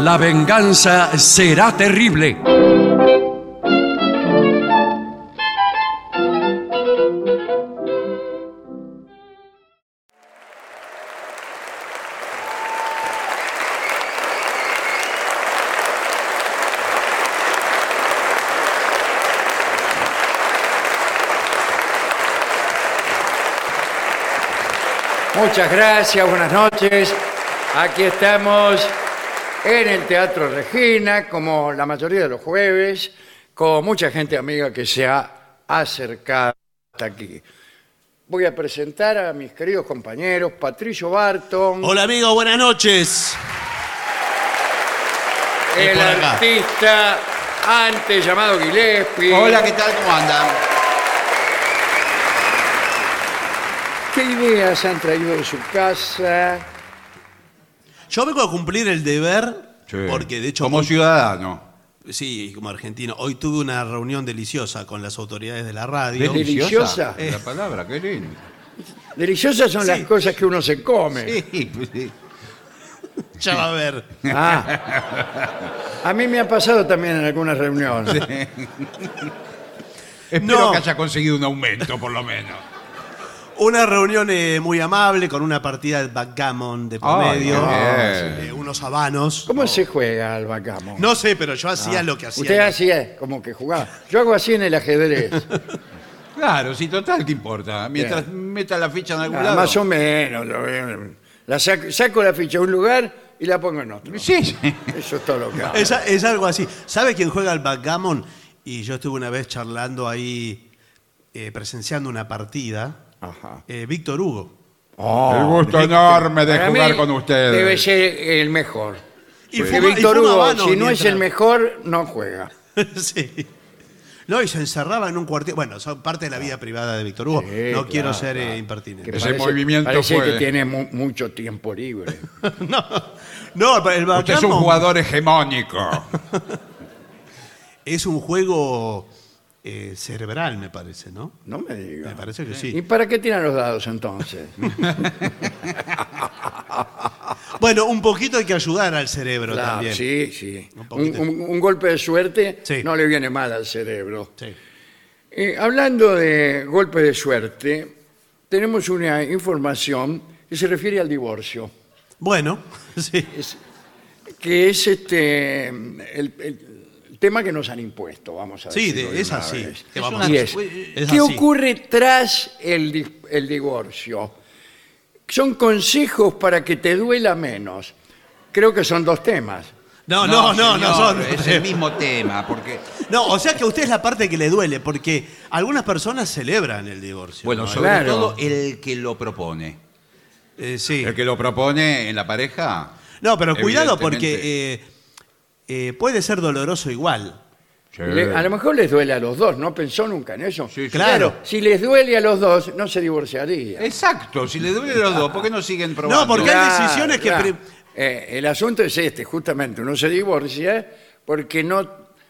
La venganza será terrible. Muchas gracias, buenas noches. Aquí estamos en el Teatro Regina, como la mayoría de los jueves, con mucha gente amiga que se ha acercado hasta aquí. Voy a presentar a mis queridos compañeros, Patricio Barton, Hola amigo, buenas noches. el por acá. artista antes llamado Gillespie. Hola, ¿qué tal? ¿Cómo andan? ¿Qué ideas han traído de su casa? Yo vengo a cumplir el deber, Sí. porque de hecho, Como ciudadano. sí, como argentino, hoy tuve una reunión deliciosa con las autoridades de la radio. Deli- Deliciosa. La palabra, qué lindo. Deliciosas son las Sí. cosas que uno se come. Sí, pues sí. ya va a ver. Ah. Ah. A mí me ha pasado también en algunas reuniones. Espero No. que haya conseguido un aumento, por lo menos. Una reunión eh, muy amable con una partida de backgammon de por Ay, medio, qué bien. eh, unos habanos. ¿Cómo se juega al bacamo? No sé, pero yo Ah. hacía lo que hacía. Usted hacía como que jugaba. Yo hago así en el ajedrez. Claro, sí, total, ¿qué importa? Mientras meta la ficha en algún Ah, lado. más o menos. lo veo. La saco, saco la ficha a un lugar y la pongo en otro. Sí, sí. Eso es todo lo que hago. Es, a- es algo así. ¿Sabe quién juega al backgammon? Y yo estuve una vez charlando ahí, eh, presenciando una partida. Ajá. Oh. Eh, Víctor Hugo. Oh. El gusto enorme de Para jugar mí con ustedes. Debe ser el mejor. Y Porque fuma- y Víctor fuma Hugo, habano si no es mientras- el mejor, no juega. sí. No, y se encerraba en un cuartel. Bueno, son parte de la vida privada de Víctor Hugo. no claro, quiero ser eh, Que impertinente. Ese movimiento parece fue- que tiene mu- mucho tiempo libre. no, no, pero Usted el es un backgammon jugador hegemónico. es un juego eh, cerebral, me parece, ¿no? No me diga. Me parece que ¿Y sí. para qué tiran los dados entonces? Bueno, un poquito hay que ayudar al cerebro Claro, también. Sí, sí. Un Un, poquito. un- un golpe de suerte Sí. no le viene mal al cerebro. Sí. Eh, hablando de golpe de suerte, tenemos una información que se refiere al divorcio, Bueno, sí. que es este el, el- el tema que nos han impuesto, vamos a Sí, decirlo de- es una así. vez. ¿Qué vamos una- a Y hacer? es, Es ¿Qué así. ocurre tras el, di- el divorcio? Son consejos para que te duela menos. Creo que son dos temas. No, no, no, no, son. señor, Es el mismo tema, porque. No, o sea que a usted es la parte que le duele, porque algunas personas celebran el divorcio. Bueno, ¿no? sobre Claro. todo el que lo propone. Eh, sí. El que lo propone en la pareja. No, pero cuidado evidentemente. porque eh, eh, puede ser doloroso igual. Sí. Eh. Le- a lo mejor les duele a los dos, ¿no pensó nunca en eso? Sí, sí. Claro. Si les duele a los dos, no se divorciaría. Exacto, si le duele a los dos, ¿por qué no siguen probando? No, porque- hay decisiones que prim- Eh, el asunto es este, justamente, uno se divorcia porque no,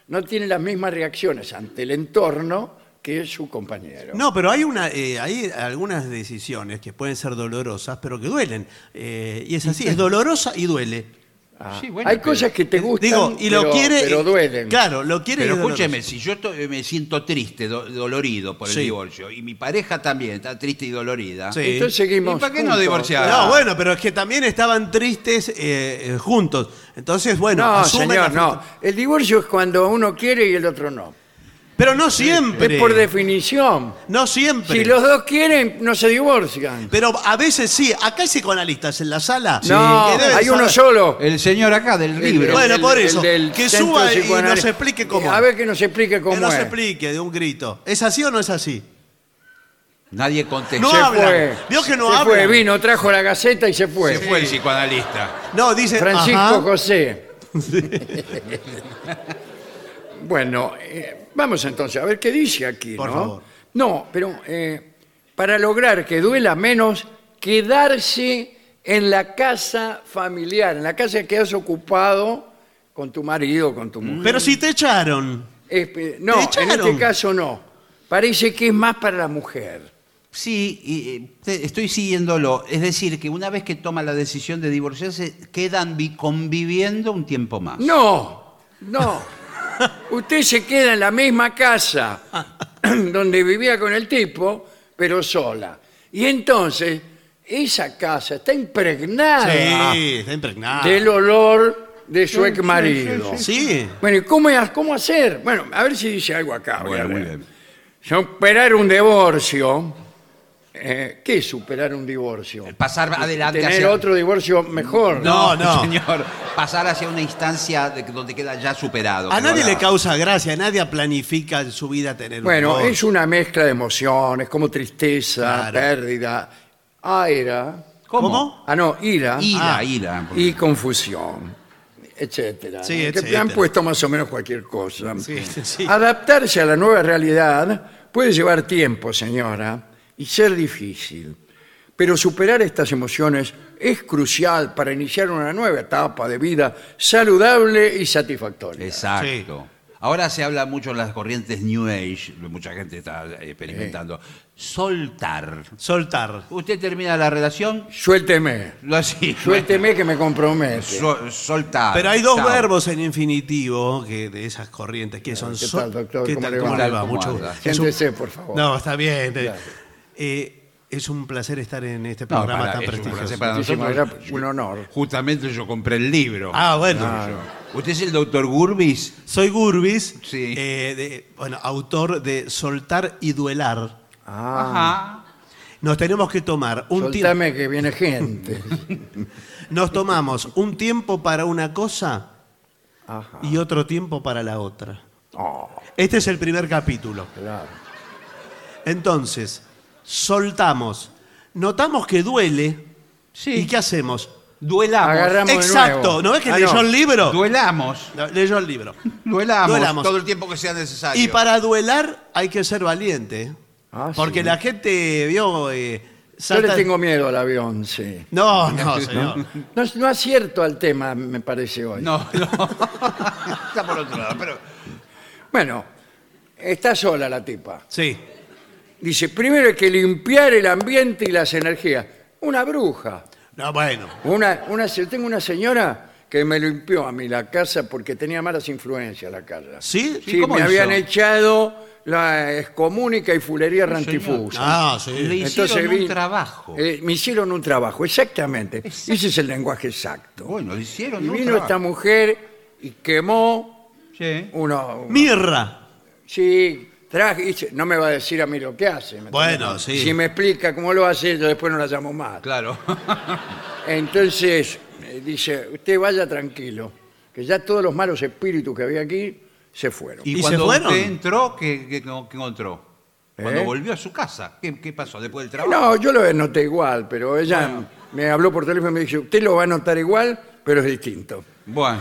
no tiene las mismas reacciones ante el entorno que su compañero. No, pero hay una, eh, hay algunas decisiones que pueden ser dolorosas, pero que duelen. Eh, y es así, es dolorosa y duele. Ah, Sí, bueno, Hay pero- cosas que te gustan, Digo, y lo pero, quiere. pero duelen. Claro, lo quiere. Pero y es doloroso. escúcheme, si yo estoy- me siento triste, do- dolorido por el Sí. divorcio, y mi pareja también está triste y dolorida, Sí. Entonces ¿y seguimos para qué no juntos. divorciar? No, bueno, pero es que también estaban tristes eh, eh, juntos. Entonces, bueno, No, asumen la señor, no. frustra- El divorcio es cuando uno quiere y el otro no. Pero no siempre. Es por definición. no siempre. Si los dos quieren, no se divorcian. Pero a veces sí, acá hay psicoanalistas en la sala. No, que deben hay uno saber- solo. El señor acá del libro. Bueno, por eso, del que centro suba y nos psicoanalista. explique cómo A es. ver que nos explique cómo Que no es. se explique de un grito. ¿Es así o no es así? Nadie contestó. No se habla. fue, Fue. Vio que no se fue, hablan. vino, trajo la gaceta y se fue. se fue el psicoanalista. No, dice. Francisco ajá. José. bueno, eh, vamos entonces a ver qué dice aquí, Por ¿no? favor. No, pero eh, para lograr que duela menos, quedarse en la casa familiar, en la casa que has ocupado con tu marido, con tu mujer. Pero si te echaron. Espe- no, Te en echaron. este caso no. Parece que es más para la mujer. Sí, y, eh, te- estoy siguiéndolo. Es decir, que una vez que toma la decisión de divorciarse, quedan vi- conviviendo un tiempo más. No, no. Usted se queda en la misma casa Ah. donde vivía con el tipo, pero sola. Y entonces, esa casa está impregnada Sí, está impregnado. del olor de su ex marido. Sí. Bueno, ¿y cómo, cómo hacer? Bueno, a ver si dice algo acá. voy a Bueno, muy leer. bien. Superar un divorcio. eh, ¿Qué es superar un divorcio? Pasar adelante Tener hacia... otro divorcio mejor. No, No, no. señor. Pasar hacia una instancia de- donde queda ya superado. A que nadie no le la- causa gracia, nadie planifica en su vida tener un Bueno, divorcio. es una mezcla de emociones, como tristeza, Claro. pérdida, aira, ¿Cómo? ah no, ira Ira, Ah. ira. porque- y confusión, etcétera. Sí, ¿no? Que te etcétera. han puesto más o menos cualquier cosa. Sí, sí. Adaptarse a la nueva realidad puede llevar tiempo, señora, y ser difícil. Pero superar estas emociones es crucial para iniciar una nueva etapa de vida saludable y satisfactoria. Exacto. Ahora se habla mucho en las corrientes New Age, lo- mucha gente está eh, experimentando. Soltar. Soltar. Usted termina la relación, Suélteme, lo así. suélteme que me comprometo. Sol- soltar. este Pero hay dos Chao. verbos en infinitivo que de esas corrientes que son ¿Qué sol- tal, doctor? ¿Qué ¿Cómo tal? le va? ¿Cómo le va? ¿Cómo Mucho anda? es un- Siéntese, por favor. No, está bien. te- Gracias. Eh, es un placer estar en este No, programa para- tan es un prestigioso. placer para Muchísimas nosotros. gracias, un honor. Justamente yo compré el libro. Ah, bueno. ¿Usted es el doctor Gurbis? Soy Gurbis, Sí. eh, de- bueno, autor de Soltar y Duelar. Ah, Nos tenemos que tomar un tiempo. soltame que viene gente. Nos tomamos un tiempo para una cosa Ajá. y otro tiempo para la otra. Oh, Este es el primer capítulo. claro. Entonces, soltamos. Notamos que duele. ¿Y qué hacemos? Duelamos. Agarramos de nuevo. Exacto. ¿No ves que Ah, leyó no. el libro? Duelamos. No, leyó el libro. Duelamos. Duelamos. Todo el tiempo que sea necesario. Y para duelar hay que ser valiente. Ah, porque sí. la gente vio. eh, Yo le salta- tengo miedo al avión, sí. No, no, señor. No, no acierto al tema, me parece hoy. No, no. Está por otro lado, pero... Bueno, está sola la tipa. Sí. Dice, primero hay que limpiar el ambiente y las energías. Una bruja. No, bueno. Una, una, yo tengo una señora que me limpió a mí la casa porque tenía malas influencias la casa. ¿Sí? Sí, ¿Cómo me hizo? habían echado la excomúnica y fulería rantifusa. Ah, Le sí. hicieron vi- un trabajo. eh, me hicieron un trabajo, exactamente. Ese es el lenguaje exacto. Bueno, le hicieron y un vino esta trabajo. mujer y quemó Sí. uno. Mirra. sí, traje. dice, No me va a decir a mí lo que hace. ¿me Bueno, entendés? sí. Si me explica cómo lo hace, yo después no la llamo más. Claro. Entonces, eh, dice, usted vaya tranquilo, que ya todos los malos espíritus que había aquí se fueron. ¿Y, ¿Y se cuando fueron? usted entró, ¿qué, qué- qué encontró? Cuando ¿Eh? volvió a su casa, ¿qué, qué pasó después del trabajo? No, yo lo noté igual, pero ella me habló por teléfono y me dice, usted lo va a notar igual, pero es distinto. Bueno,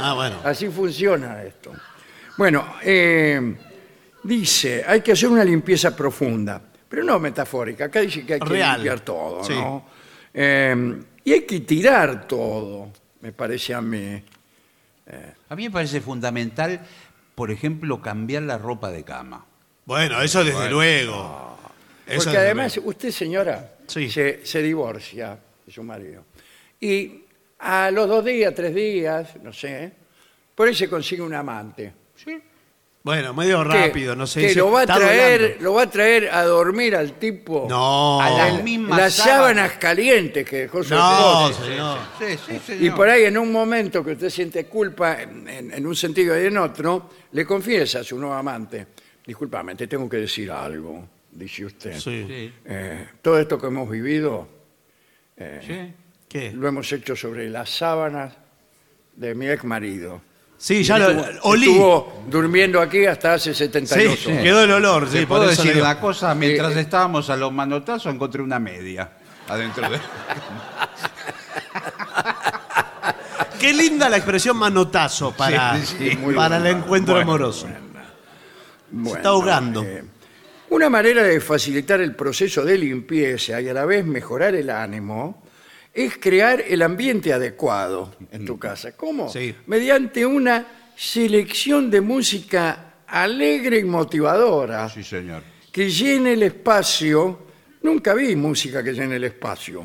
Ah, bueno. Así funciona esto. Bueno, eh, dice, hay que hacer una limpieza profunda, pero no metafórica. Acá dice que hay que Real. limpiar todo, Sí. ¿no? Eh, y hay que tirar todo, me parece a mí. a mí me parece fundamental, por ejemplo, cambiar la ropa de cama. Bueno, eso desde luego. Eso Porque desde además, luego. usted, señora, Sí. se, se divorcia de su marido. Y a los dos días, tres días, no sé, por ahí se consigue un amante. Bueno, medio que- rápido, no sé. Que dice, lo va, a "Está traer, doblando". lo va a traer a dormir al tipo. No. A la El- misma las sábana. sábanas calientes que dejó su No, esposo. señor. Sí, sí, señor. Y por ahí en un momento que usted siente culpa en, en- en un sentido y en otro, le confiesa a su nuevo amante, disculpame, te tengo que decir algo, dice usted. Sí. Sí, Eh, todo esto que hemos vivido sí. ¿Qué? lo hemos hecho sobre las sábanas de mi ex marido. Sí, ya lo olí. Estuvo durmiendo aquí hasta hace 72 Sí, horas. quedó el olor. Sí, ¿Te por puedo eso le decir digo. una cosa? Mientras Eh, eh. estábamos a los manotazos encontré una media adentro de... Qué linda la expresión manotazo para, Sí, sí, muy para el buena. encuentro Bueno, amoroso. Bueno, Se está ahogando. eh, una manera de facilitar el proceso de limpieza y a la vez mejorar el ánimo es crear el ambiente adecuado en tu casa. ¿Cómo? Mm. Sí. Mediante una selección de música alegre y motivadora Sí, señor. que llene el espacio Nunca vi música que llene el espacio.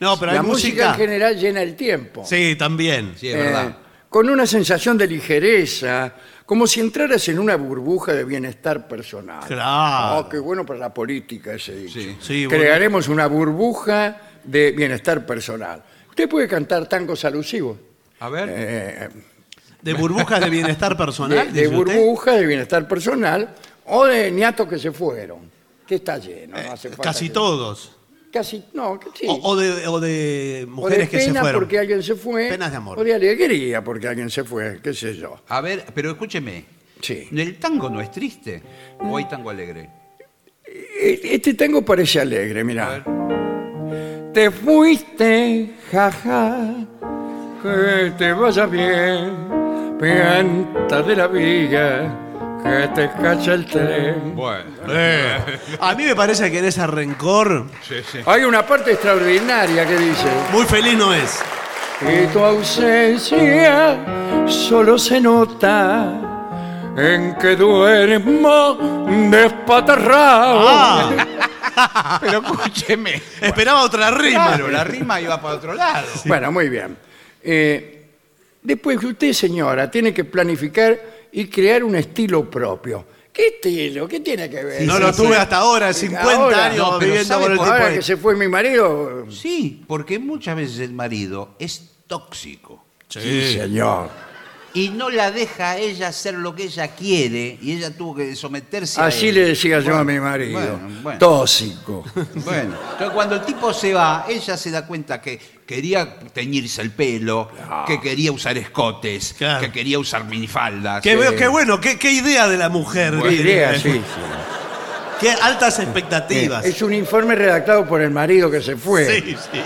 No, pero hay la música música. en general llena el tiempo. Sí, también. Sí, es Eh, verdad. Con una sensación de ligereza, como si entraras en una burbuja de bienestar personal. Claro. Oh, qué bueno para la política ese dicho. Sí. Sí, bueno. Crearemos una burbuja de bienestar personal. Usted puede cantar tangos alusivos. A ver. eh, De burbujas de bienestar de, personal. de dice usted. burbuja de bienestar personal o de niatos que se fueron, que está lleno. no hace falta Eh, Casi que- todos. Casi, no, que sí. O, o de, o de mujeres o de que se pena fueron. porque alguien se fue. Penas de amor. O de alegría porque alguien se fue, qué sé yo. A ver, pero escúcheme. Sí. ¿El tango no es triste? ¿O hay tango alegre? E- Este tango parece alegre, mirá. Te fuiste, jaja, que te vaya bien, pianta de la viga, que te cacha el tren. Bueno. Eh, A mí me parece que en ese rencor Sí, sí. Hay una parte extraordinaria que dice... muy feliz no es. Y tu ausencia solo se nota en que duermo despatarrado. Ah, Pero escúcheme. esperaba otra rima. Claro, la rima iba para otro lado. Bueno, muy bien. Eh, después usted, señora, tiene que planificar y crear un estilo propio. ¿Qué estilo? ¿Qué tiene que ver? no lo tuve hasta ahora, 50 Ahora, años no, pero viviendo ¿sabe con el tipo por Ahora este. que se fue mi marido. Sí, porque muchas veces el marido es tóxico señor. y no la deja a ella hacer lo que ella quiere y ella tuvo que someterse a Así él. le decía yo a mi Bueno, marido. bueno, bueno. Tóxico. Bueno, entonces cuando el tipo se va, ella se da cuenta que quería teñirse el pelo, que quería usar escotes, Claro. que quería usar minifaldas. Qué, eh, bu- qué bueno, qué, qué idea de la mujer. Qué mire. idea, sí. sí. Qué altas expectativas. Es un informe redactado por el marido que se fue. Sí, sí.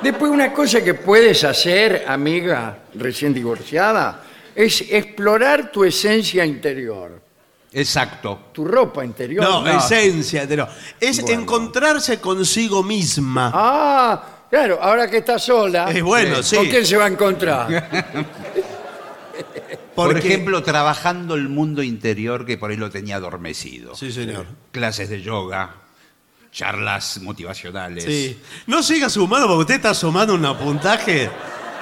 Después, una cosa que puedes hacer, amiga recién divorciada, es explorar tu esencia interior, Exacto. tu ropa interior. Ah. No, no. esencia, pero es encontrarse consigo misma. Ah, claro, ahora que está sola. eh, Es bueno, sí. ¿Con quién se va a encontrar? Por Porque- ejemplo, trabajando el mundo interior que por ahí lo tenía adormecido. Sí, señor. Clases de yoga, charlas motivacionales. Sí. No siga sumando porque usted está sumando un puntaje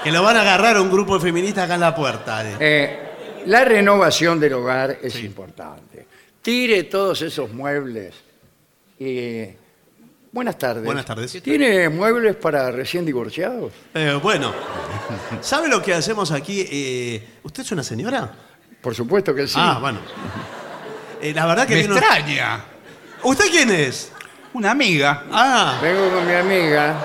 que lo van a agarrar a un grupo de feministas acá en la puerta. eh. Eh, la renovación del hogar es importante. Tire todos esos muebles. y- buenas tardes. Buenas tardes. ¿Tiene muebles para recién divorciados? Eh, bueno, ¿sabe lo que hacemos aquí? Eh, ¿Usted es una señora? Por supuesto que sí. Ah, bueno. Eh, la verdad que Me tiene un- extraña. ¿Usted quién es? Una amiga. Ah, Vengo con mi amiga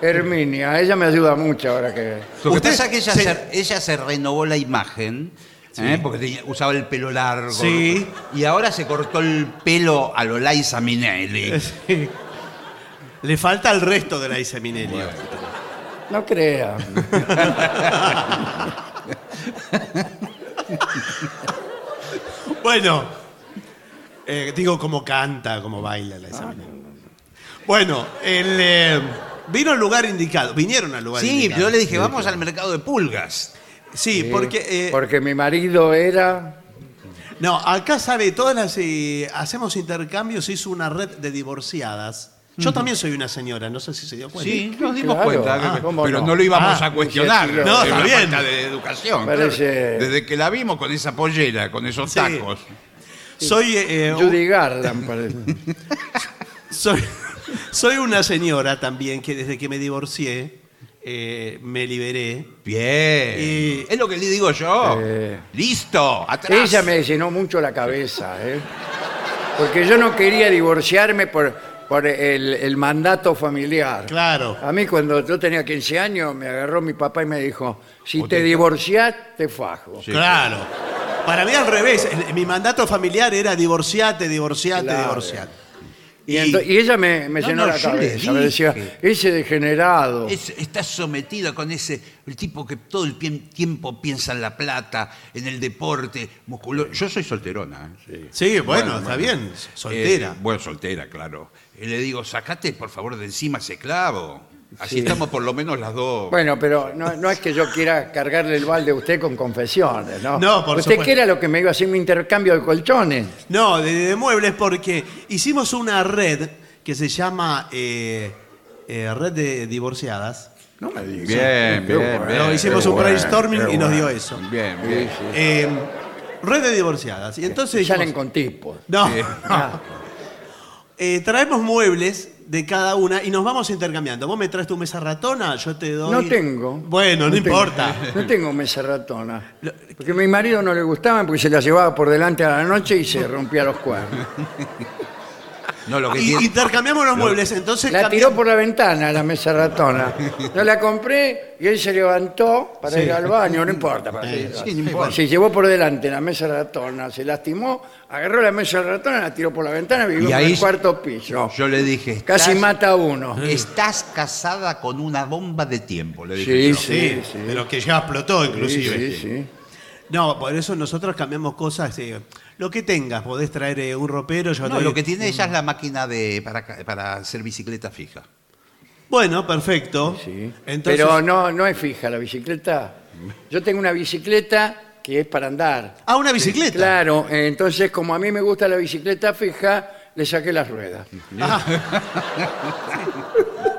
Herminia, ella me ayuda mucho ahora que... Lo Usted que pasa es que ella se- se, ella se renovó la imagen, ¿eh? porque tenía- usaba el pelo largo. Sí. Y ahora se cortó el pelo a lo Liza Minelli. le falta el resto de la Iseminelli. No crea. Bueno, eh, digo cómo canta, cómo baila la Iseminelli. Bueno, el, eh, vino al lugar indicado, vinieron al lugar Sí, indicado. yo le dije, vamos al mercado de pulgas. Sí, porque... eh, Porque mi marido era... No, acá sabe, todas las. eh, hacemos intercambios, hizo una red de divorciadas. Yo también soy una señora, no sé si se dio cuenta. Sí, nos dimos Claro, cuenta. ah, ¿cómo pero no? no? lo íbamos Ah, a cuestionar. sí, sí, no, Es está una bien. falta de educación. claro. Parece- Desde que la vimos con esa pollera, con esos Sí. tacos. Soy, eh, Judy Garland, parece. soy, soy una señora también que desde que me divorcié eh, me liberé. Bien. Y- Es lo que le digo yo. Eh. Listo. Atrás. Ella me llenó mucho la cabeza, ¿eh? Porque yo no quería divorciarme por, por el, el mandato familiar. Claro. A mí cuando yo tenía 15 años me agarró mi papá y me dijo, si te Usted- divorciás, te fajo. claro. Para mí al revés. el- Mi mandato familiar era divorciate, divorciate, Claro. divorciate. Y, ento- y ella me, me No, llenó no, la yo le cabeza. Me decía, dije. ese degenerado. Es- está sometida con ese, el tipo que todo el pie- tiempo piensa en la plata, en el deporte, musculoso. Yo soy solterona. ¿eh? Sí, bueno, está bien. Soltera. Eh, bueno, soltera, claro. Y le digo, sacate por favor de encima ese clavo. Así Sí. estamos por lo menos las dos. Bueno, pero no, no es que yo quiera cargarle el balde a usted con confesiones, ¿no? No, por Usted supuesto. que era lo que me iba a hacer un intercambio de colchones. No, de, de muebles porque hicimos una red que se llama eh, eh, Red de Divorciadas. No me digas. Bien, Qué bien, bueno. bien. No, hicimos Eh, qué un bueno, brainstorming qué y nos dio bueno. eso. Bien, bien. Eh, red de Divorciadas. Y entonces Salen dijimos- con tipos. No. Ah, Eh, traemos muebles de cada una y nos vamos intercambiando. Vos me traes tu mesa ratona, yo te doy. no tengo. Bueno, no, tengo. importa. No tengo mesa ratona. Porque a mi marido no le gustaban porque se la llevaba por delante a la noche y se rompía los cuernos. No, lo que Y- tiene- intercambiamos los muebles, entonces. La cambiamos- tiró por la ventana la mesa ratona. Yo la compré y él se levantó para ir al baño, no importa. para ir al baño. Se llevó por delante la mesa ratona, se lastimó, agarró la mesa ratona, la tiró por la ventana y vivió Y en ahí- el cuarto piso. Yo le dije. Casi "Estás- mata a uno. Estás casada con una bomba de tiempo, le dije. Sí, yo. sí, Sí, sí. pero que ya explotó Sí, inclusive. sí, sí. No, por eso nosotros cambiamos cosas. eh, lo que tengas, podés traer eh, un ropero, yo No, te- lo que tiene ella es la máquina de para, ca- para hacer bicicleta fija. Bueno, perfecto. Sí. Entonces, Pero no, no es fija la bicicleta. Yo tengo una bicicleta que es para andar. Ah, una bicicleta. Claro, eh, entonces como a mí me gusta la bicicleta fija, le saqué las ruedas.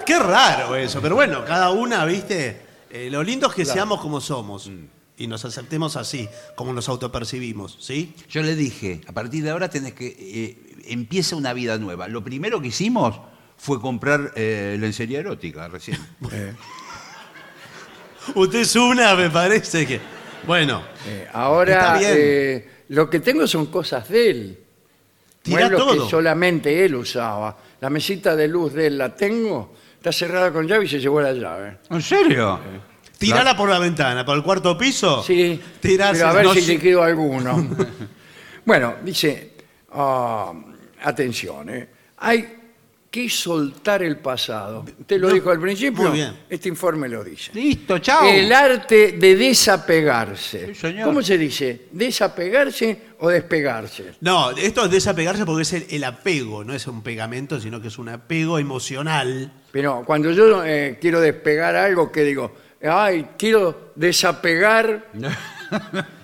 Qué raro eso, pero bueno, cada una, viste. Eh, lo lindo es que seamos como somos Mm. y nos aceptemos así, como nos autopercibimos, ¿sí? Yo le dije, a partir de ahora tenés que eh, empieza una vida nueva. Lo primero que hicimos fue comprar eh, lencería erótica recién. Usted es una, me parece que. Bueno, Eh, ahora Está bien. eh, lo que tengo son cosas de él. Tira Muebles todo. que solamente él usaba. La mesita de luz de él la tengo, está cerrada con llave y se llevó la llave. ¿En serio? tirala por la ventana, por el cuarto piso. Sí, Tirás- pero a ver no si sé- le quedó alguno. bueno, dice, ah, atención, eh, hay que soltar el pasado. Usted lo No, dijo al principio, muy bien. este informe lo dice. Listo, chao. El arte de desapegarse. Sí, señor. ¿Cómo se dice? ¿Desapegarse o despegarse? No, esto es desapegarse porque es el, el apego, no es un pegamento, sino que es un apego emocional. Pero cuando yo eh, quiero despegar algo, que digo? Ay, quiero desapegar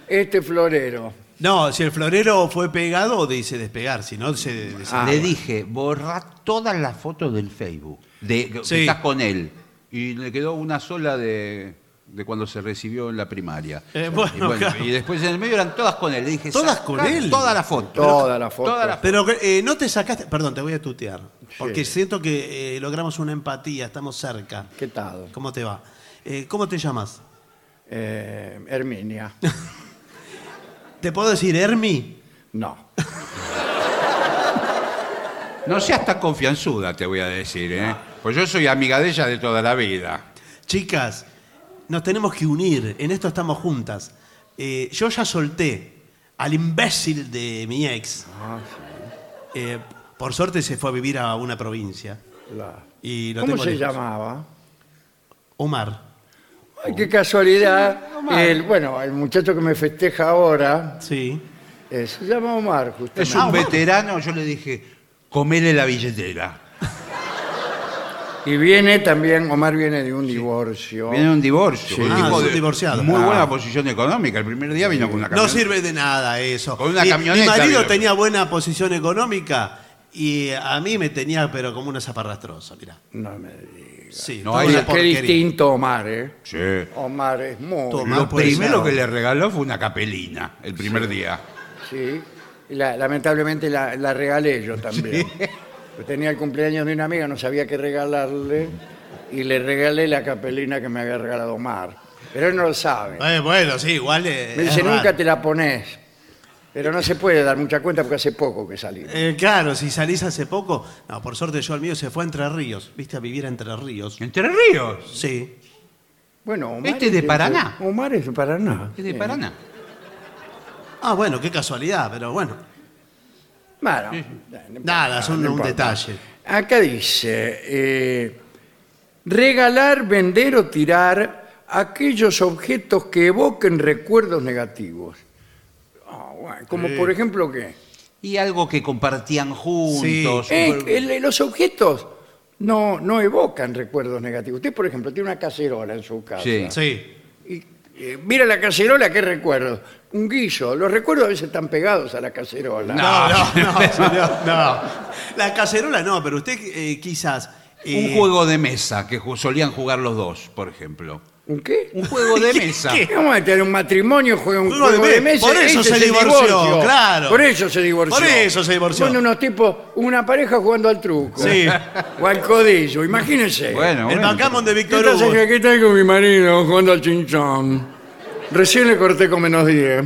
este florero. No, si el florero fue pegado, dice despegar, si no, se des- Ah, le bueno. dije, borrá todas las fotos del Facebook, de que Sí. estás con él. Y le quedó una sola de, de cuando se recibió en la primaria. Eh, bueno, y, claro. y después en el medio eran todas con él. Le dije, ¿Todas sacá con él? Todas las fotos. Todas las fotos. Todas las Pero eh, no te sacaste. Perdón, te voy a tutear. Porque siento que eh, logramos una empatía, estamos cerca. ¿Qué tal? ¿Cómo te va? Eh, ¿Cómo te llamas? Eh, Herminia. ¿Te puedo decir Hermi? No. No seas tan confianzuda, te voy a decir, ¿eh? Pues yo soy amiga de ella de toda la vida. Chicas, nos tenemos que unir. En esto estamos juntas. Eh, yo ya solté al imbécil de mi ex. Ah, Eh, por suerte se fue a vivir a una provincia. la- Y lo ¿Cómo tengo se lejos. llamaba? Omar. Ay, qué casualidad. El, bueno, el muchacho que me festeja ahora Sí. eh, se llama Omar, Es justamente. un veterano, yo le dije, comele la billetera. Y viene también, Omar viene de un divorcio. Viene un divorcio. Sí. un Ah, tipo son de divorciados. Muy Ah. buena posición económica. El primer día vino con una No camioneta. sirve de nada eso. Con una Mi- mi, camioneta, marido vieron. tenía buena posición económica y a mí me tenía, pero como una zaparrastrosa, mirá. No me digas. Sí, No, toda ahí una Qué porquería. distinto Omar, ¿eh? Sí. Omar es muy... Toma. Lo Más puede primero ser. que le regaló fue una capelina el primer día. Sí. La- lamentablemente la, la regalé yo también. Tenía el cumpleaños de una amiga, no sabía qué regalarle y le regalé la capelina que me había regalado Omar. Pero él no lo sabe. Eh, bueno, sí, igual. eh, Me es dice, raro. nunca te la pones. Pero no se puede dar mucha cuenta porque hace poco que salí. Eh, claro, si salís hace poco. No, por suerte yo al mío se fue a Entre Ríos. ¿Viste? A vivir a Entre Ríos. Entre Ríos. Sí. Bueno, Omar Este es de Paraná. Omar es de Paraná. Es de Sí. Paraná. Ah, bueno, qué casualidad, pero bueno. Bueno, no Nada, son no un importa. detalle. Acá dice, eh, regalar, vender o tirar aquellos objetos que evoquen recuerdos negativos. Ah, bueno, como por ejemplo qué. Y algo que compartían juntos. Sí. Eh, el- los objetos no, no evocan recuerdos negativos. Usted, por ejemplo, tiene una cacerola en su casa. Sí. Sí. Y, eh, mira la cacerola, ¿qué recuerdos? Un guiso. Los recuerdos a veces están pegados a la cacerola. No, no, no, no, no. La cacerola no, pero usted eh, quizás. eh, Un juego de mesa que ju- solían jugar los dos, por ejemplo. ¿Un qué? Un juego de mesa. ¿Qué? Vamos a tener un matrimonio, juega un Juego de juego de mes. mesa. Por eso ese se divorció, claro. Por eso se divorció. Por eso se divorció. Son unos tipos, una pareja jugando al truco. Sí. O al codillo, imagínense. Bueno, El bueno. bancamón de ¿Qué Víctor estás Hugo. aquí? Aquí estoy con mi marido jugando al chinchón? Recién le corté con menos 10.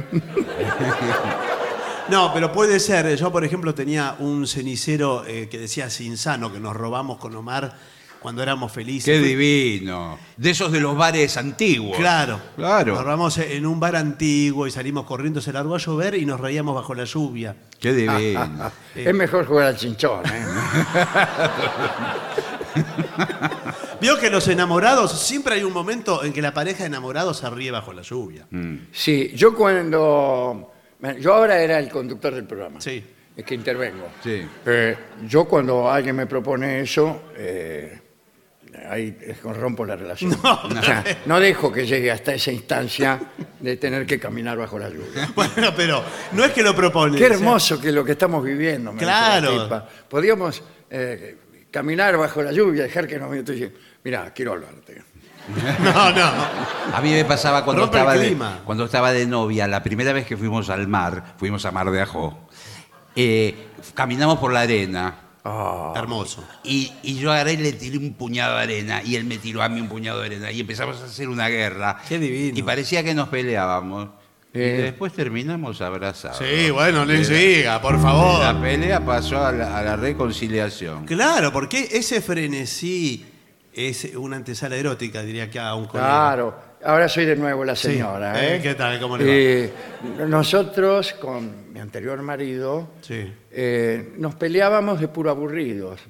No, pero puede ser. eh, Yo, por ejemplo, tenía un cenicero eh, que decía Sinsano, que nos robamos con Omar cuando éramos felices. Qué divino. De esos de los bares antiguos. Claro. Nos Claro. robamos en un bar antiguo y salimos corriendo, se largó a llover y nos reíamos bajo la lluvia. Qué divino. Es mejor jugar al chinchón, ¿eh? Vio que los enamorados, siempre hay un momento en que la pareja de enamorados se ríe bajo la lluvia. Sí, yo cuando... bueno, Yo ahora era el conductor del programa. Sí. Es que intervengo. Sí. Eh, yo cuando alguien me propone eso, eh, ahí es que rompo la relación. No. O sea, no dejo que llegue hasta esa instancia de tener que caminar bajo la lluvia. Bueno, pero no es que lo propone. Qué o sea, hermoso que es lo que estamos viviendo. me dice la Claro. tipa. Podríamos eh, caminar bajo la lluvia, dejar que nos... Entonces, mira, quiero hablarte. No, no. A mí me pasaba cuando Rompe el estaba, de, clima. cuando estaba de novia, la primera vez que fuimos al mar, fuimos a Mar de Ajó, eh, caminamos por la arena Hermoso. y, y yo agarré y le tiré un puñado de arena y él me tiró a mí un puñado de arena y empezamos a hacer una guerra. Qué divino. Y parecía que nos peleábamos. Eh. Y después terminamos abrazados. Eh, Sí, bueno, le siga, por favor. La pelea pasó a la, a la reconciliación. Claro, porque ese frenesí es una antesala erótica, diría que a un colega. Claro, ahora soy de nuevo la Sí. señora. Eh, ¿eh? ¿qué tal? ¿Cómo le va? Eh, nosotros, con mi anterior marido, Sí. eh, nos peleábamos de puro aburridos.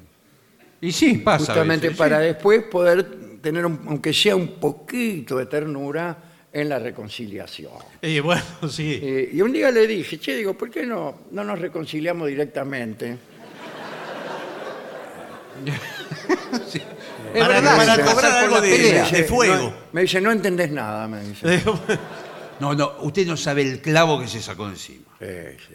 Y sí, pasa. a Justamente veces, para sí. después poder tener, un- aunque sea un poquito de ternura, en la reconciliación. Y bueno, sí. Eh, y un día le dije, che, digo, ¿por qué no, no nos reconciliamos directamente? Es Para- verdad, para se pasa cobrar por algo la de- pelea. Dice, fuego. "No", me dice, no entendés nada, me dice. Eh, bueno, No, no, usted no sabe el clavo que se sacó encima. Sí,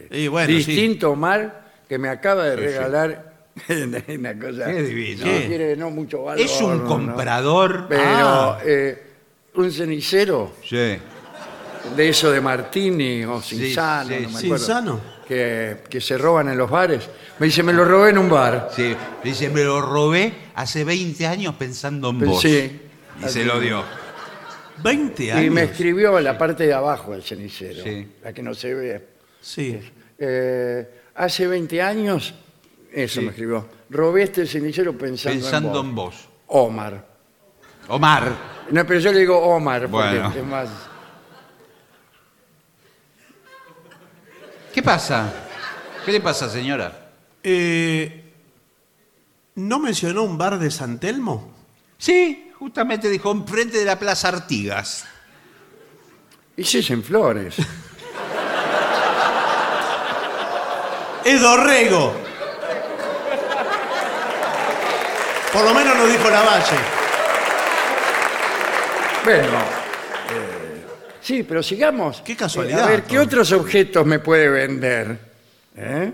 sí. Y bueno, sí. Distinto Omar que me acaba de regalar una cosa. Qué divino. que No tiene no mucho valor. Es un ¿no? comprador. Pero Ah. eh, un cenicero Sí. de eso de Martini o Cinzano, sí, no me acuerdo. Sinsano. Que, que se roban en los bares. Me dice, me lo robé en un bar. Sí, dice, me lo robé hace 20 años pensando en vos. Sí. Y se lo dio. 20 Y años. me escribió la parte de abajo del cenicero, Sí. la que no se ve. Sí. Eh, hace 20 años, eso me escribió, robé este cenicero pensando, Pensando en en vos. vos. Omar. Omar. No, pero yo le digo Omar, porque Bueno. es más. ¿Qué pasa? ¿Qué le pasa, señora? Eh, ¿No mencionó un bar de San Telmo? Sí, justamente dijo, enfrente de la Plaza Artigas. Y sí, es en Flores. ¡Es Dorrego! Por lo menos nos dijo la valle. bueno. eh, sí, pero sigamos. Qué Eh, casualidad, a ver, ¿qué Tom. otros objetos me puede vender? ¿Eh?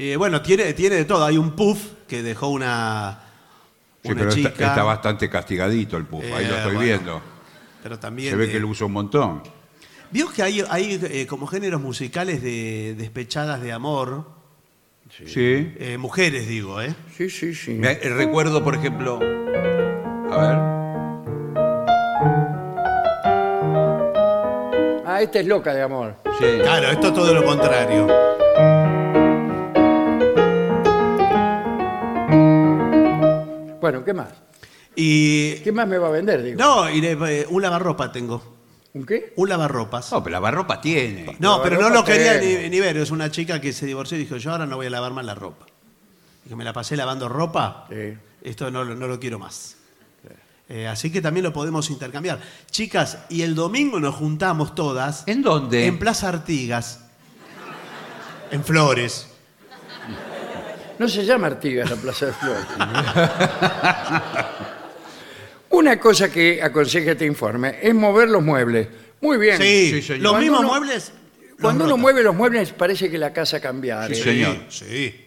Eh, bueno, tiene, tiene de todo. Hay un puff que dejó una, Sí, una pero chica. está, está bastante castigadito el puff. Ahí Eh, lo estoy bueno. viendo. Pero también. Se ve de- que lo usa un montón. Vio que hay, hay, eh, como géneros musicales de despechadas de amor. Sí. Eh, mujeres, digo, ¿eh? Sí, sí, sí. Me- eh, recuerdo, por ejemplo, A Ah, esta es loca de amor. ver. Sí. Claro, esto es todo lo contrario. Bueno, ¿qué más? Y. ¿Qué más me va a vender? Digo? No, y le- eh, un lavarropa tengo. ¿Un qué? Un lavarropas. no, pero la barropa tiene. No, pero no Lavarropa lo quería ni, tengo. ni ver. Es una chica que se divorció y dijo, yo ahora no voy a lavar más la ropa. Y que me la pasé lavando ropa. Sí. Esto no, lo- no lo quiero más. Eh, así que también lo podemos intercambiar. Chicas, y el domingo nos juntamos todas ¿En dónde? en Plaza Artigas, en Flores. No se llama Artigas la Plaza de Flores. Una cosa que aconseja este informe es mover los muebles. Muy bien. Sí, Sí, señor. los Cuando mismos uno- muebles. los Cuando uno rota. mueve los muebles parece que la casa cambiara. Sí, Sí, señor. Sí.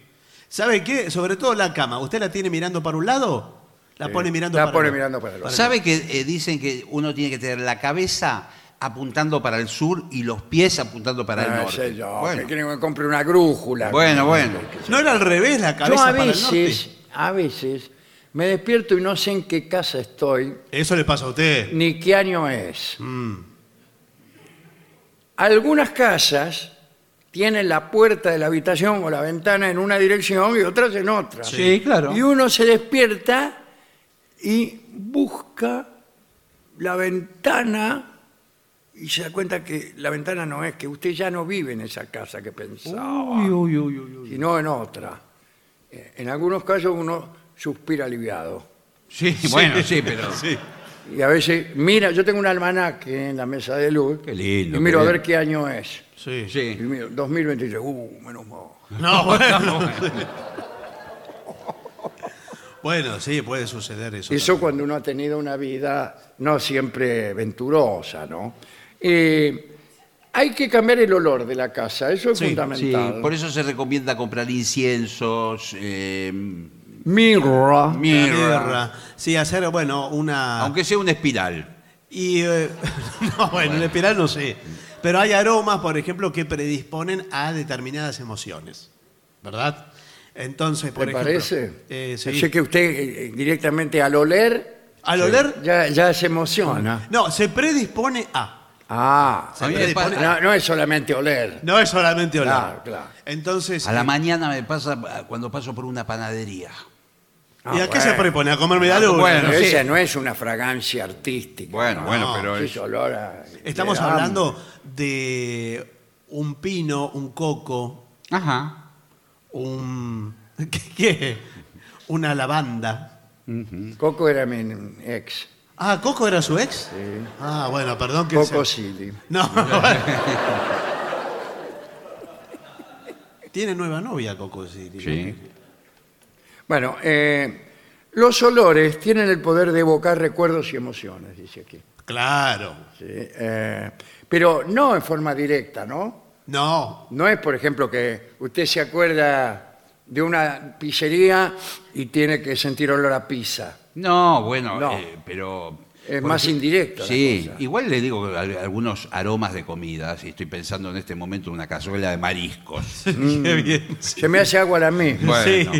¿Sabe qué? Sobre todo la cama. ¿Usted la tiene mirando para un lado? La pone mirando la para pone el otro. mirando para el otro. ¿Sabe que eh, dicen que uno tiene que tener la cabeza apuntando para el sur y los pies apuntando para el Ah, norte? sé yo, que bueno, quieren que compre una grújula. bueno, bueno. ¿No era al revés la Yo cabeza a para el norte? veces, a veces, me despierto y no sé en qué casa estoy Eso le pasa a usted. ni qué año es. Algunas casas tienen la puerta de la habitación o la ventana en una dirección y otras en otra. Sí, claro. Y uno se despierta y busca la ventana y se da cuenta que la ventana no es, que usted ya no vive en esa casa que pensaba, sino en otra. Eh, En algunos casos uno suspira aliviado. Sí, bueno, sí, pero. Sí. Y a veces, mira, yo tengo un almanaque en la mesa de luz. Qué lindo, Y miro qué a bien. ver qué año es. Sí. Y Sí. miro, 2023, uh, menos mal. No, bueno. bueno, sí, puede suceder eso. Eso también. cuando uno ha tenido una vida no siempre venturosa, ¿no? Eh, hay que cambiar el olor de la casa, eso es Sí, Sí, fundamental. por eso se recomienda comprar inciensos, eh, Mirra. La mirra, mirra. Sí, hacer, bueno, una. aunque sea una espiral. Y. eh, no, bueno, el espiral no sé. Pero hay aromas, por ejemplo, que predisponen a determinadas emociones. ¿Verdad? Entonces, por ¿Te ejemplo. parece? eh, sí. Sé que usted eh, directamente al oler Al oler. ya, ya se emociona. No, se predispone a. Ah, Se A mí me predispone pasa- no, no es solamente oler. No es solamente oler. Claro, claro. Entonces. A la eh, mañana me pasa ah, cuando paso por una panadería. ¿Y Ah, a qué se bueno. predispone? ¿A comerme la luz? bueno, Pero sí. esa no es una fragancia artística. Bueno, bueno, No, pero. Ese es- olor a- Estamos le da hablando de un pino, un coco, Ajá. un. ¿Qué? qué? Una lavanda. Coco era mi ex. Ah, ¿Coco era su ex? Ah, bueno, perdón que. Coco sea- Silly. No. bueno. Tiene nueva novia, Coco sí. Sí. Bueno, eh, los olores tienen el poder de evocar recuerdos y emociones, dice aquí. Claro. Sí, eh, pero no en forma directa, ¿no? No. No es, por ejemplo, que usted se acuerda de una pizzería y tiene que sentir olor a pizza. No, bueno, No. eh, pero... Es más indirecto. Sí, igual le digo al- algunos aromas de comida, si estoy pensando en este momento en una cazuela de mariscos. Qué bien. Sí. Se me hace agua la misma. Mm. Bueno.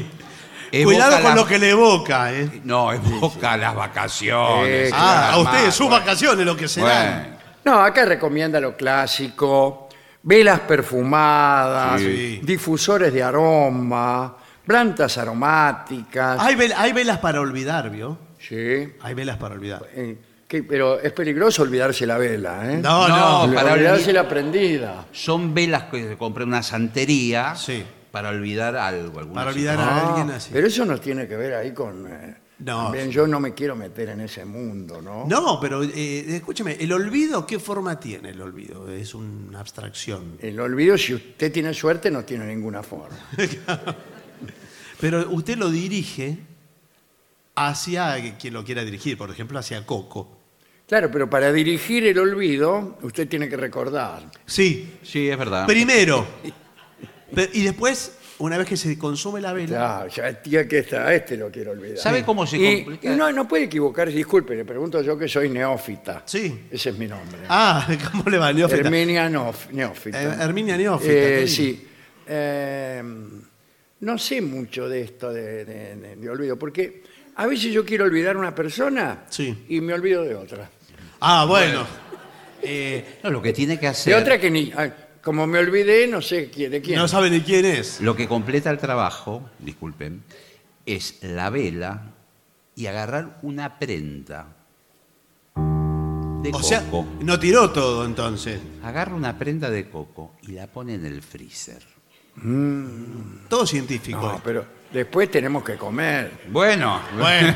Evoca Cuidado con las- lo que le evoca, ¿eh? No, evoca las vacaciones. Sí, Ah, a las usted, más- sus vacaciones, lo que serán. Bueno, No, acá recomienda lo clásico, velas perfumadas, Sí. difusores de aroma, plantas aromáticas. Hay, vel- hay velas para olvidar, ¿vio? Sí. Hay velas para olvidar. Eh, que- pero es peligroso olvidarse la vela, ¿eh? No, no. No, Pero para olvidarse olvid- la prendida. Son velas que compré en una santería Sí. para olvidar algo. alguna Para olvidar situación. a Ah, alguien así. Pero eso no tiene que ver ahí con... eh, No. también yo no me quiero meter en ese mundo, ¿no? No, pero eh, escúcheme, ¿el olvido qué forma tiene el olvido? Es una abstracción. El olvido, si usted tiene suerte, no tiene ninguna forma. Pero usted lo dirige hacia quien lo quiera dirigir, por ejemplo, hacia Coco. Claro, pero para dirigir el olvido, usted tiene que recordar. Sí, Sí, es verdad. primero. Pe- y después, una vez que se consume la vela. Ya, Ah, ya, tía, que está, a este lo quiero olvidar. ¿Sabe cómo se Y- complica? y no, no puede equivocarse, disculpe, le pregunto yo que soy neófita. Sí. Ese es mi nombre. Ah, ¿cómo le va, Neófita? Herminia Neof- Neófita. Eh, Herminia Neófita, Eh, qué sí. Eh, no sé mucho de esto de, de- de- de olvido, porque a veces yo quiero olvidar una persona Sí. y me olvido de otra. Ah, bueno. Eh, No, lo que tiene que De hacer, otra que ni. ah, Como me olvidé, no sé qui- de quién. no sabe ni quién es. lo que completa el trabajo, disculpen, es la vela y agarrar una prenda de O coco. sea, no tiró todo entonces. Agarra una prenda de coco y la pone en el freezer. Todo científico. No, pero después tenemos que comer. Bueno, Bueno,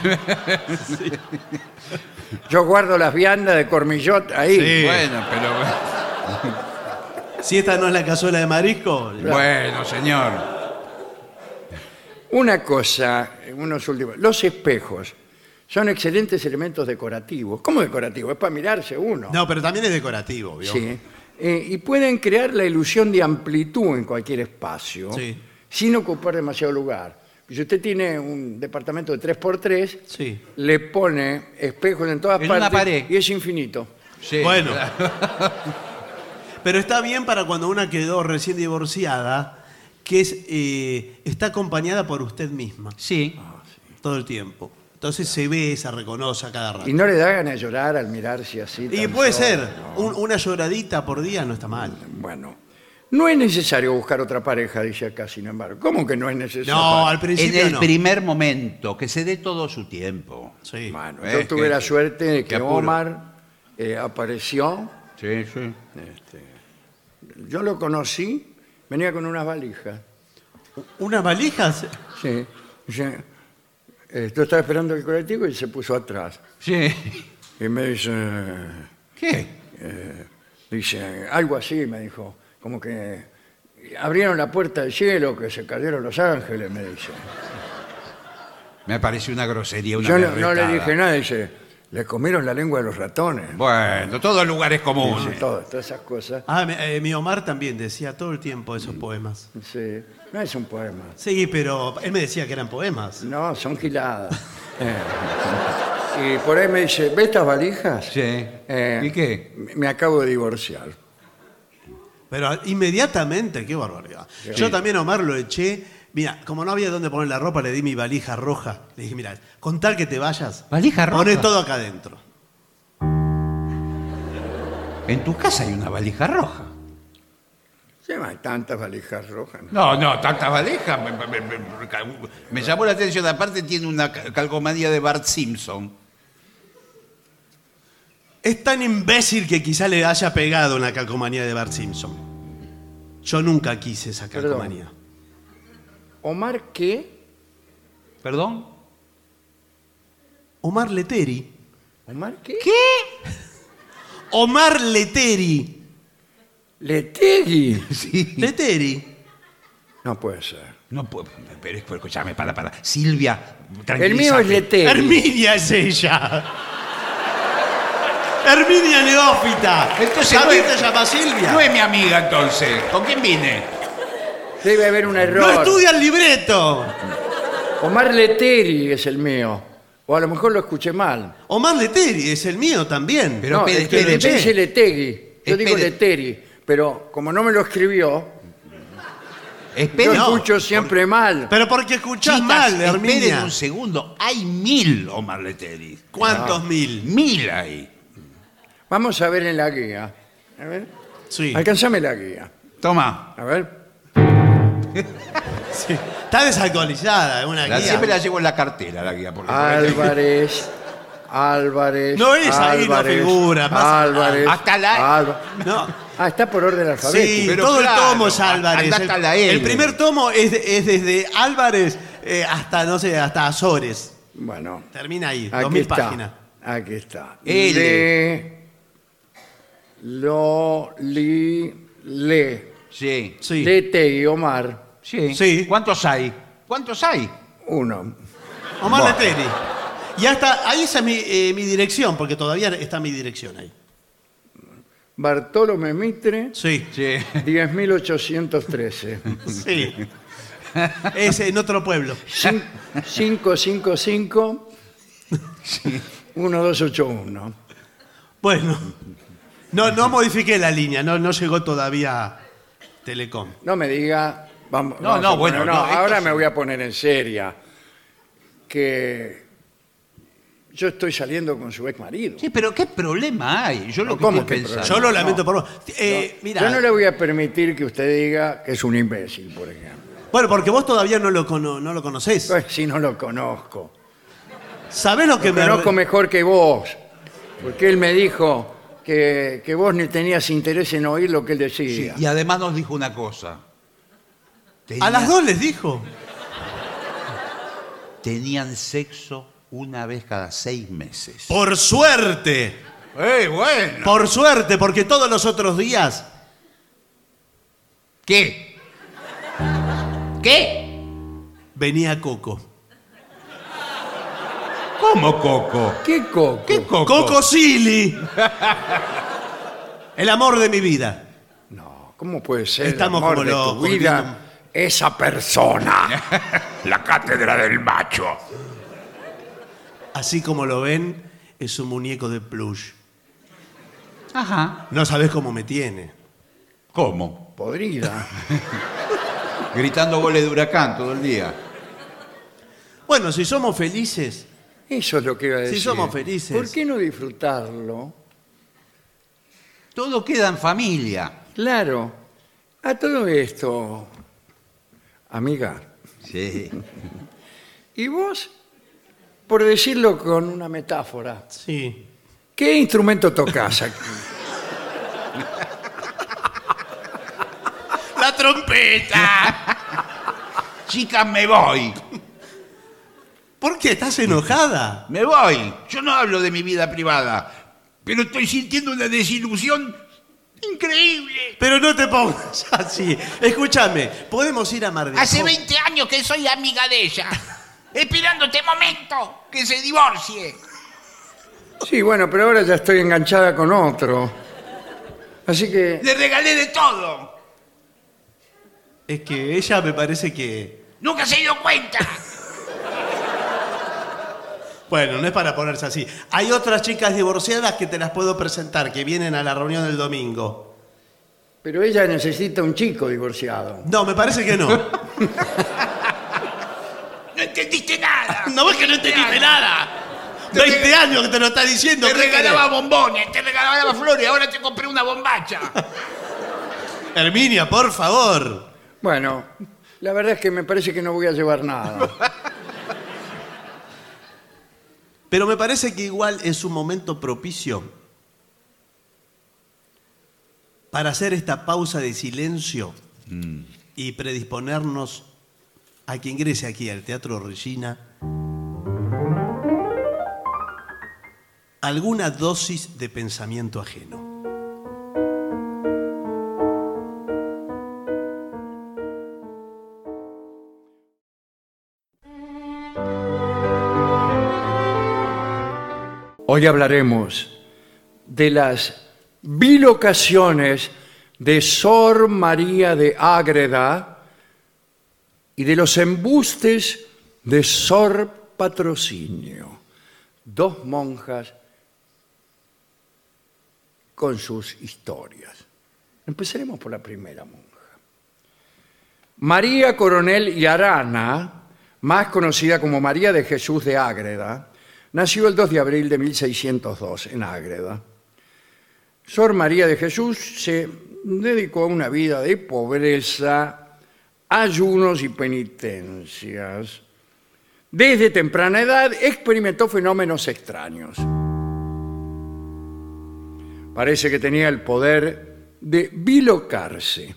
Yo guardo las viandas de cormillot ahí. Sí. bueno, pero. si esta no es la cazuela de marisco, Bueno, señor. Una cosa, unos últimos. Los espejos son excelentes elementos decorativos. ¿Cómo decorativos? Es para mirarse uno. No, pero también es decorativo, ¿vio? Sí. Eh, y pueden crear la ilusión de amplitud en cualquier espacio Sí. sin ocupar demasiado lugar. Si usted tiene un departamento de 3x3, Sí. le pone espejos en todas En una partes pared. y es infinito. Sí. Bueno. Pero está bien para cuando una quedó recién divorciada, que es, eh, está acompañada por usted misma Sí. todo el tiempo. Entonces se ve, se reconoce a cada rato. Y no le da ganas de llorar al mirarse así. Y tan puede solo, ser, ¿no? un- una lloradita por día no está mal. Bueno, no es necesario buscar otra pareja, dice acá, sin embargo. ¿Cómo que no es necesario? No, al En principio el no. primer momento, que se dé todo su tiempo. Sí. Bueno, Eh, yo tuve qué- la suerte de que qué apuro. Omar eh, apareció. Sí, sí. Yo lo conocí, venía con unas valijas. ¿Unas valijas? Sí. O sea, eh, yo estaba esperando el colectivo y se puso atrás. Sí. Y me dice, ¿Qué? dice, algo así, me dijo, como que abrieron la puerta del cielo, que se cayeron los ángeles, me dice. Me pareció una grosería, una Yo no, no le berretada. dije nada, dice, le comieron la lengua de los ratones. Bueno, todo lugar es común. Dice, todo, todas esas cosas. Ah, mi, eh, mi Omar también decía todo el tiempo esos poemas. Sí. No es un poema. Sí, pero él me decía que eran poemas. No, son giladas. Eh, Y por ahí me dice, ¿ves estas valijas? Sí. Eh, ¿Y qué? me- Me acabo de divorciar. Pero inmediatamente, qué barbaridad. Yo también a Omar lo eché. Mira, como no había dónde poner la ropa, le di mi valija roja. Le dije, mira, con tal que te vayas, ¿Valija roja? poné todo acá adentro. En tu casa hay una valija roja. Sí, no hay tantas valijas rojas. ¿no? No, no, tanta valija. Me, me- me- me- me llamó la atención. Aparte tiene una cal- calcomanía de Bart Simpson. Es tan imbécil que quizá le haya pegado una calcomanía de Bart Simpson. Yo nunca quise esa Perdón. calcomanía. Omar, ¿qué? ¿Perdón? Omar Leteri. ¿Omar qué? Omar Leteri. ¿Letegui? Leteri. No puede ser. No puedo. Pero, pero escúchame, para, para. Silvia, El mío es tranquilízate. Letegui. Herminia es ella. Herminia Neófita. Entonces También no es- te llama Silvia. No es mi amiga entonces. ¿Con quién vine? Debe haber un No error. estudia el libreto. Omar Leteri es el mío. O a lo mejor lo escuché mal. Omar Leteri es el mío también. Pero no, espere, es que espere, usted espere. dice Letegui. Yo digo Espere. Leteri. Pero como no me lo escribió, yo Esperen, No, escucho siempre mal. Pero porque escuchás chicas, mal, esperen Herminia. un segundo. Hay mil Omar Leteri. ¿Cuántos mil? Mil hay. Vamos a ver en la guía. A ver. Sí. Alcanzame la guía. Toma. A ver. sí. Está desalcoholizada, es una La- guía. siempre la llevo en la cartera, la guía. Ah, Porque Álvarez. Álvarez. No es ahí, no Álvarez, figura, pasa Álvarez. nada. Hasta la- Alba- No. Ah, está por orden Sí, alfabético. Pero todo claro, el tomo es Álvarez. andá El, hasta la L. el primer tomo es, de- es desde Álvarez eh, hasta, no sé, hasta Azores. Bueno, Termina ahí, aquí 2000 está. páginas. Aquí está. L. Le. Lo. Li. Le. Sí. Sí. Lete y Omar. Sí. Sí. ¿Cuántos hay? ¿Cuántos hay? Uno. Omar Leteri. Y hasta ahí esa es mi, eh, mi dirección, porque todavía está mi dirección ahí. Bartolomé Mitre. Sí. Sí. 10.813. Sí. es en otro pueblo. 555 1281. Bueno. No, no modifiqué la línea, no, no llegó todavía Telecom. No me diga. Vamos, No, vamos no, a poner- bueno, no, no, esto ahora sí. me voy a poner en seria. Que yo estoy saliendo con su ex marido. Sí, pero ¿qué problema hay? Yo lo que ¿Cómo estoy qué pensando. Yo lo lamento por vos. Eh, mira, Yo no le voy a permitir que usted diga que es un imbécil, por ejemplo. Bueno, porque vos todavía no lo, cono- no lo conocés. Pues, si no lo conozco. ¿Sabés lo que Lo me... conozco mejor que vos. Porque él me dijo que, que vos ni tenías interés en oír lo que él Sí, decía. y además nos dijo una cosa. Tenía- A las dos les dijo. Tenían sexo una vez cada seis meses. Por suerte. ¡Eh, bueno! Por suerte, porque todos los otros días. ¿Qué? ¿Qué? venía Coco. ¿Cómo Coco? ¿Qué coco? ¿Qué Coco? ¡Coco Silly! El amor de mi vida. No, ¿cómo puede ser Estamos el amor como de tu locos, vida viendo- esa persona? La cátedra del macho. Así como lo ven, es un muñeco de plush. Ajá. No sabes cómo me tiene. ¿Cómo? Podrida. Gritando goles de huracán todo el día. Bueno, si somos felices, Eso es lo que iba a Si decir. somos felices. ¿Por qué no disfrutarlo? Todo queda en familia. Claro. A todo esto, amiga, Sí. ¿y vos? Por decirlo con una metáfora, sí. ¿qué instrumento tocas aquí? ¡La trompeta! Chicas, me voy. ¿Por qué estás enojada? Me voy. Yo no hablo de mi vida privada, pero estoy sintiendo una desilusión increíble. Pero no te pongas así. Escúchame, podemos ir a Mar del Hace Jo- 20 años que soy amiga de ella, esperando este momento que se divorcie. Sí, bueno, pero ahora ya estoy enganchada con otro. Así que Le regalé de todo. Es que ella me parece que. Nunca se dio cuenta. Bueno, no es para ponerse así. Hay otras chicas divorciadas que te las puedo presentar, que vienen a la reunión del domingo. Pero ella necesita un chico divorciado. No, me parece que no. No entendiste nada. No ves que no entendiste nada. 20 años que te lo está diciendo. Te ¿qué querés? regalaba bombones, te regalaba flores, ahora te compré una bombacha. Herminia, por favor. Bueno, la verdad es que me parece que no voy a llevar nada. Pero me parece que igual es un momento propicio para hacer esta pausa de silencio Mm. y predisponernos a que ingrese aquí al Teatro Regina alguna dosis de pensamiento ajeno. Hoy hablaremos de las bilocaciones de Sor María de Ágreda y de los embustes de Sor Patrocinio, dos monjas con sus historias. Empezaremos por la primera monja. María Coronel y Arana, más conocida como María de Jesús de Ágreda, nació el 2 de abril de 1602 en Ágreda. Sor María de Jesús se dedicó a una vida de pobreza, ayunos y penitencias. Desde temprana edad experimentó fenómenos extraños. Parece que tenía el poder de bilocarse.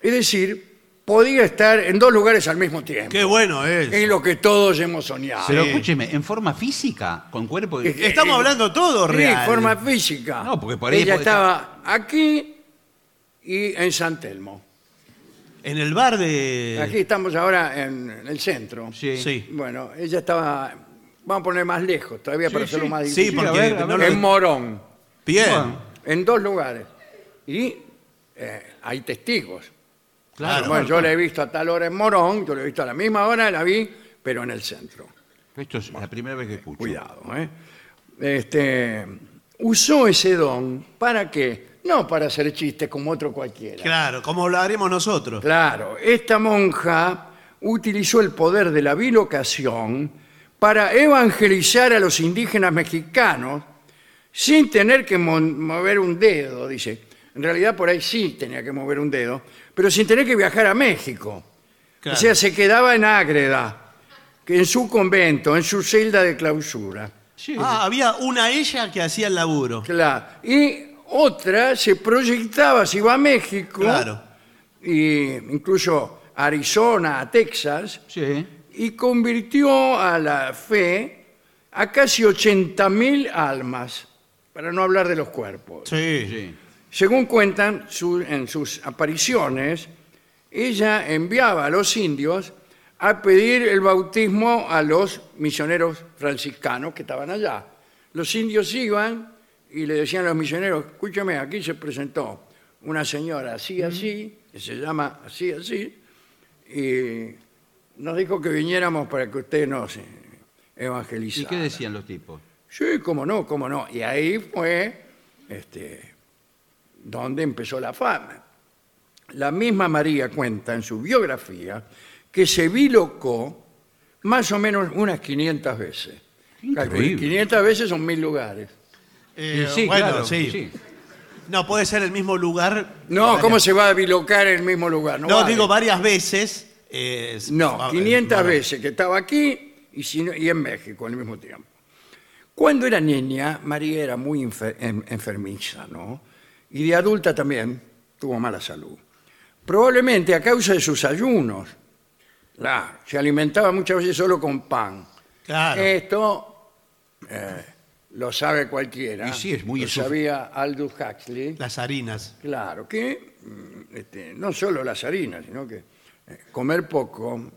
Es decir, podía estar en dos lugares al mismo tiempo. Qué bueno Es es. lo que todos hemos soñado. Pero escúcheme, en forma física, con cuerpo. Es que- Estamos hablando todo Sí, real. forma física. No, porque por ahí Ella puede estaba aquí y en San Telmo. En el bar de... Aquí estamos ahora en, en el centro. Sí. Sí. Bueno, ella estaba, vamos a poner más lejos, todavía para hacerlo más Sí, difícil. porque a ver, a no ver. en lo- Morón, Bien. Bueno. en dos lugares. Y eh, hay testigos. Claro. bueno, yo la he visto a tal hora en Morón, yo la he visto a la misma hora, la vi, pero en el centro. Esto es la primera vez que escucho. Cuidado, ¿eh? Este, usó ese don para qué? No para hacer chistes como otro cualquiera. Claro, como lo haremos nosotros. Claro, esta monja utilizó el poder de la bilocación para evangelizar a los indígenas mexicanos sin tener que mon- mover un dedo, dice. En realidad por ahí sí tenía que mover un dedo, pero sin tener que viajar a México. Claro. O sea, se quedaba en Ágreda, que en su convento, en su celda de clausura. Sí. Ah, había una ella que hacía el laburo. Claro. Y otra se proyectaba, se iba a México, Claro. y incluso a Arizona, a Texas, Sí. y convirtió a la fe a casi 80.000 almas, para no hablar de los cuerpos. Sí. Sí. Según cuentan su- en sus apariciones, ella enviaba a los indios a pedir el bautismo a los misioneros franciscanos que estaban allá. Los indios iban y le decían a los misioneros, escúchame, aquí se presentó una señora así, así, que se llama así, así, y nos dijo que viniéramos para que usted nos eh, evangelizara. ¿Y qué decían los tipos? Sí, cómo no, cómo no. Y ahí fue este, donde empezó la fama. La misma María cuenta en su biografía que se bilocó más o menos unas 500 veces. Increíble. 500 veces son mil lugares. Eh, Y sí, bueno, claro, sí. sí. No, puede ser el mismo lugar. No, Varias- ¿cómo se va a bilocar en el mismo lugar? No, No, vale. digo varias veces. eh, Este, es- No, va- 500 bueno. veces que estaba aquí y, si no- y en México al mismo tiempo. Cuando era niña, María era muy enfer- en- enfermiza, ¿no? Y de adulta también tuvo mala salud. Probablemente a causa de sus ayunos. Claro, se alimentaba muchas veces solo con pan. Claro. Esto eh, lo sabe cualquiera. Y sí, es muy Lo insuf- sabía Aldous Huxley. Las harinas. Claro, que mm, este, no solo las harinas, sino que eh, comer poco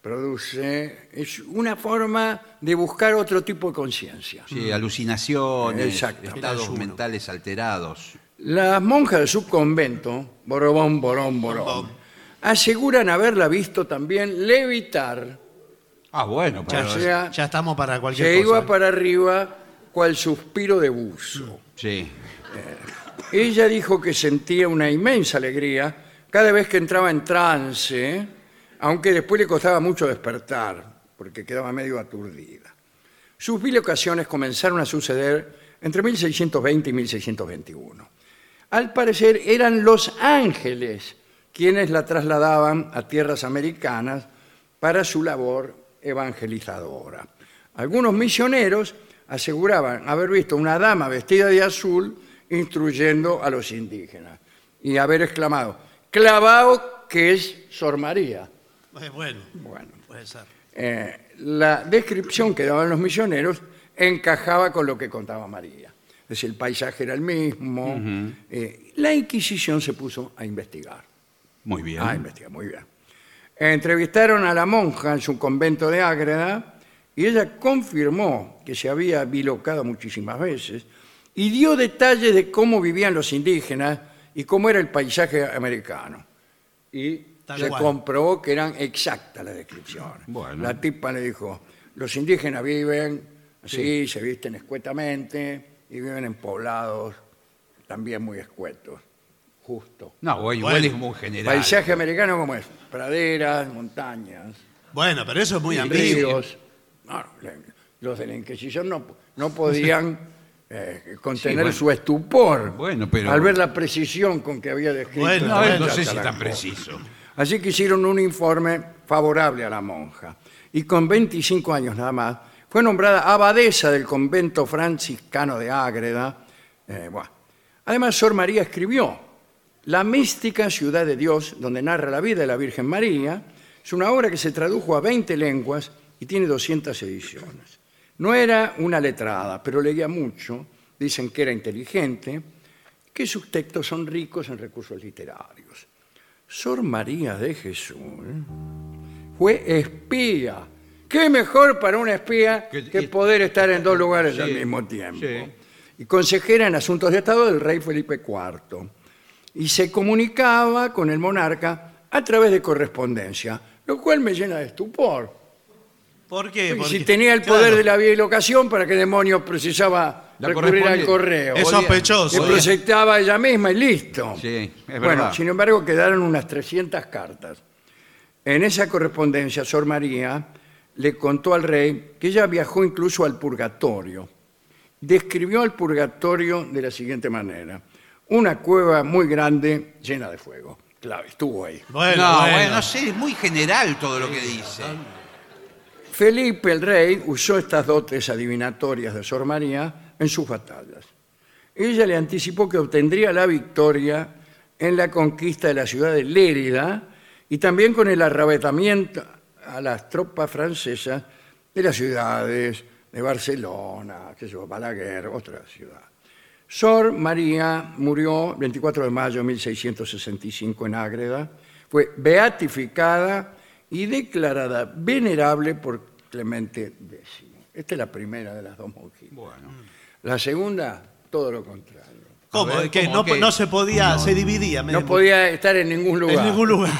produce, es una forma de buscar otro tipo de conciencia. Sí, alucinaciones, Exacto. estados Ayuno. mentales alterados. Las monjas de su convento, Borobón, Borón, Borón, aseguran haberla visto también levitar, Ah, bueno, Ya, pero- O sea, ya estamos para cualquier se cosa. iba para arriba cual suspiro de buzo. sí. Ella dijo que sentía una inmensa alegría cada vez que entraba en trance, aunque después le costaba mucho despertar, porque quedaba medio aturdida. Sus mil ocasiones comenzaron a suceder entre 1620 y 1621. Al parecer eran los ángeles quienes la trasladaban a tierras americanas para su labor evangelizadora. Algunos misioneros aseguraban haber visto una dama vestida de azul instruyendo a los indígenas y haber exclamado, clavao que es Sor María. Eh, bueno, Bueno, puede ser. eh, la descripción que daban los misioneros encajaba con lo que contaba María. Es decir, el paisaje era el mismo. Eh, la Inquisición se puso a investigar. Muy bien. Ah, investiga, muy bien. Entrevistaron a la monja en su convento de Ágreda y ella confirmó que se había bilocado muchísimas veces y dio detalles de cómo vivían los indígenas y cómo era el paisaje americano. Y Tal se cual. comprobó que eran exactas las descripciones. Bueno. La tipa le dijo, los indígenas viven así, se visten escuetamente y viven en poblados también muy escuetos, justo. No, o igual Bueno. es muy general. Paisaje americano como es, praderas, montañas, Bueno, pero eso es muy ambiguo. ríos. No, le- los de la Inquisición no, no podían eh, contener bueno. su estupor Bueno, pero- al ver la precisión con que había descrito. Bueno, No, la no sé si Tarango. tan preciso. Así que hicieron un informe favorable a la monja y con 25 años nada más fue nombrada abadesa del convento franciscano de Ágreda. Eh, buah. Además, Sor María escribió La mística ciudad de Dios, donde narra la vida de la Virgen María. Es una obra que se tradujo a 20 lenguas y tiene 200 ediciones. No era una letrada, pero leía mucho, dicen que era inteligente, que sus textos son ricos en recursos literarios. Sor María de Jesús ¿eh? fue espía. ¿Qué mejor para un espía Que- que poder estar en dos lugares al Sí, mismo tiempo? sí. Y consejera en asuntos de Estado del rey Felipe IV. Y se comunicaba con el monarca a través de correspondencia, lo cual me llena de estupor. ¿Por qué? Y Porque- si tenía el poder de la bilocación, ¿para qué demonios precisaba La recurrir al corresponde- correo? Es Podía- sospechoso. ¿eh? Se podía- proyectaba ella misma y listo. Sí, es bueno, verdad. sin embargo, quedaron unas 300 cartas. En esa correspondencia, Sor María le contó al rey que ella viajó incluso al purgatorio. Describió el purgatorio de la siguiente manera: una cueva muy grande llena de fuego. Claro, estuvo ahí. Bueno, no, bueno. bueno, no sé, es muy general todo lo que dice. Felipe el rey usó estas dotes adivinatorias de Sor María en sus batallas. Ella le anticipó que obtendría la victoria en la conquista de la ciudad de Lérida y también con el arrebatamiento a las tropas francesas de las ciudades de Barcelona, que Balaguer, otra ciudad. Sor María murió 24 de mayo de 1665 en Ágreda, fue beatificada y declarada venerable por Clemente X. Esta es la primera de las dos monjitas. La segunda, todo lo contrario. ¿Cómo? ver, que ¿cómo no, qué? no se podía, se dividía. No podía estar en ningún lugar. En ningún lugar.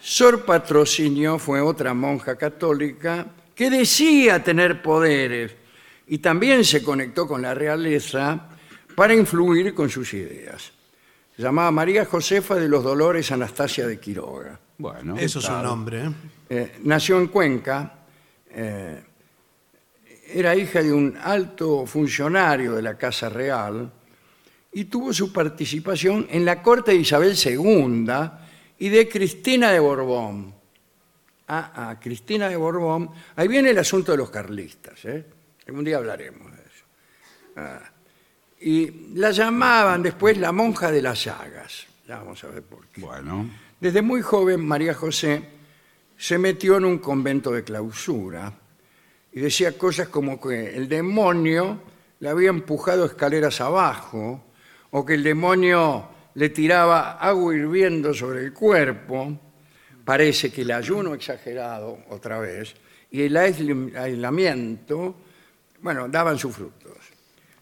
Sor Patrocinio fue otra monja católica que decía tener poderes y también se conectó con la realeza para influir con sus ideas. Se llamaba María Josefa de los Dolores Anastasia de Quiroga. Bueno, Eso es un nombre. ¿eh? Eh, nació en Cuenca, eh, era hija de un alto funcionario de la Casa Real y tuvo su participación en la corte de Isabel II y de Cristina de Borbón. Ah, ah, Cristina de Borbón. Ahí viene el asunto de los carlistas. ¿eh? Algún día hablaremos de eso. Ah, y la llamaban después la monja de las llagas. Ya vamos a ver por qué. bueno. Desde muy joven, María José se metió en un convento de clausura y decía cosas como que el demonio la había empujado escaleras abajo o que el demonio le tiraba agua hirviendo sobre el cuerpo. Parece que el ayuno exagerado, otra vez, y el aislim- aislamiento, bueno, daban sus frutos.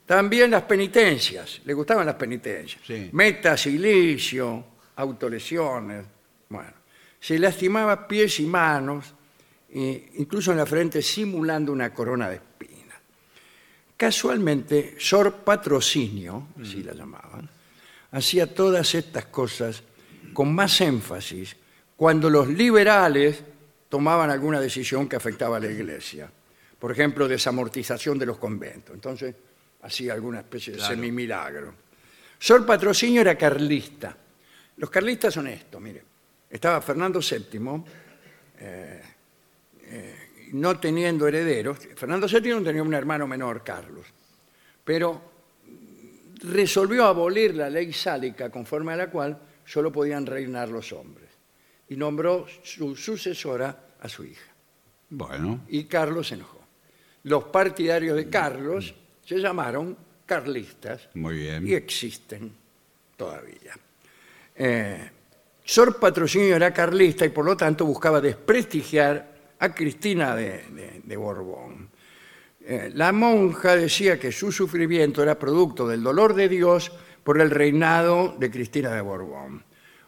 También las penitencias, le gustaban las penitencias. Sí. Metas, silicio, autolesiones. Bueno, se lastimaba pies y manos, e incluso en la frente simulando una corona de espinas. Casualmente, Sor Patrocinio, así la llamaban, hacía todas estas cosas con más énfasis cuando los liberales tomaban alguna decisión que afectaba a la iglesia. Por ejemplo, desamortización de los conventos. Entonces, hacía alguna especie de semimilagro. Sor Patrocinio era carlista. Los carlistas son estos, mire. Estaba Fernando VII, eh, no teniendo herederos, Fernando VII tenía un hermano menor, Carlos, pero resolvió abolir la ley sálica conforme a la cual solo podían reinar los hombres y nombró su sucesora a su hija. Bueno, Y Carlos se enojó. Los partidarios de Carlos se llamaron carlistas muy bien. y existen todavía. Eh, Sor Patrocinio era carlista y por lo tanto buscaba desprestigiar a Cristina de, de- de Borbón. Eh, la monja decía que su sufrimiento era producto del dolor de Dios por el reinado de Cristina de Borbón.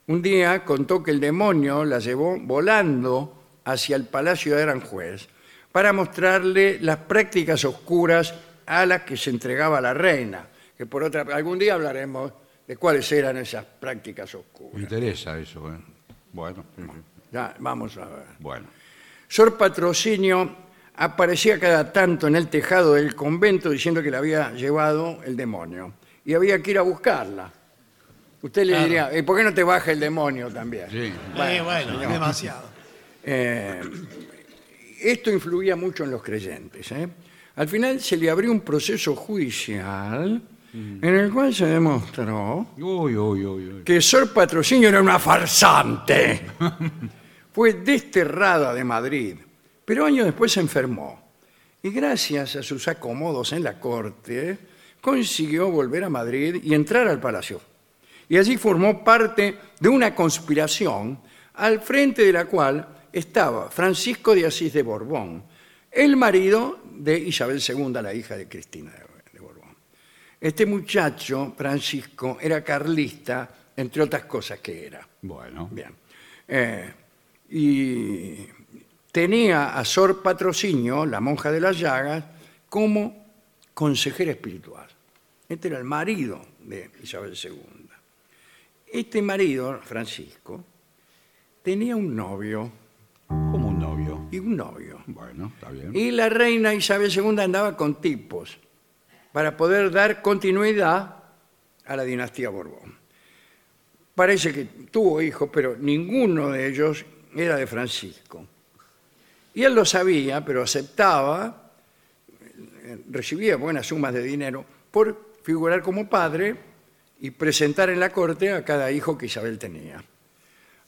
Un día contó que el demonio la llevó volando hacia el palacio de Aranjuez para mostrarle las prácticas oscuras a las que se entregaba la reina, que por otra algún día hablaremos de cuáles eran esas prácticas Me oscuras. interesa eso. ¿eh? Bueno, sí, sí. Ya, vamos a ver. bueno. Sor Patrocinio aparecía cada tanto en el tejado del convento diciendo que la había llevado el demonio y había que ir a buscarla. Usted le diría, "Eh, ¿por qué no te baja el demonio también? Sí. Eh, bueno demasiado. Eh, esto influía mucho en los creyentes. ¿eh? Al final se le abrió un proceso judicial en el cual se demostró Uy, uy, uy, uy. que Sor Patrocinio era una farsante. Fue desterrada de Madrid, pero años después se enfermó. Y gracias a sus acomodos en la corte, consiguió volver a Madrid y entrar al palacio. Y allí formó parte de una conspiración al frente de la cual estaba Francisco de Asís de Borbón, el marido de Isabel II, la hija de Cristina de- de Borbón. Este muchacho, Francisco, era carlista, entre otras cosas que era. Bueno, Bien. Eh, y tenía a Sor Patrocinio, la monja de las llagas, como consejera espiritual. Este era el marido de Isabel II. Este marido, Francisco, tenía un novio como un novio. y un novio. Bueno, está bien. Y la reina Isabel II andaba con tipos para poder dar continuidad a la dinastía Borbón. Parece que tuvo hijos, pero ninguno de ellos era de Francisco. Y él lo sabía, pero aceptaba, eh, recibía buenas sumas de dinero por figurar como padre y presentar en la corte a cada hijo que Isabel tenía.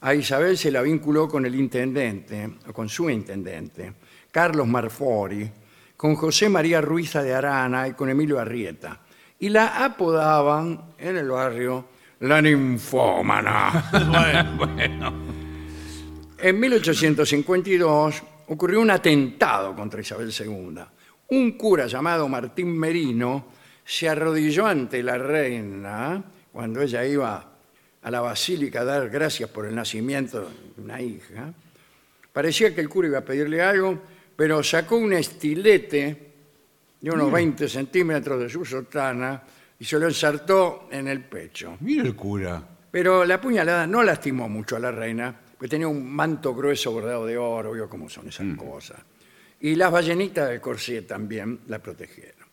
A Isabel se la vinculó con el intendente, o con su intendente, Carlos Marfori, con José María Ruiza de Arana y con Emilio Arrieta. Y la apodaban en el barrio la ninfómana. Bueno, En 1852 ocurrió un atentado contra Isabel II. Un cura llamado Martín Merino se arrodilló ante la reina cuando ella iba a la basílica a dar gracias por el nacimiento de una hija. Parecía que el cura iba a pedirle algo, pero sacó un estilete de unos 20 centímetros de su sotana y se lo ensartó en el pecho. Mire el cura. Pero la puñalada no lastimó mucho a la reina, porque tenía un manto grueso bordado de oro, vio cómo son esas cosas. Y las ballenitas del corsé también la protegieron.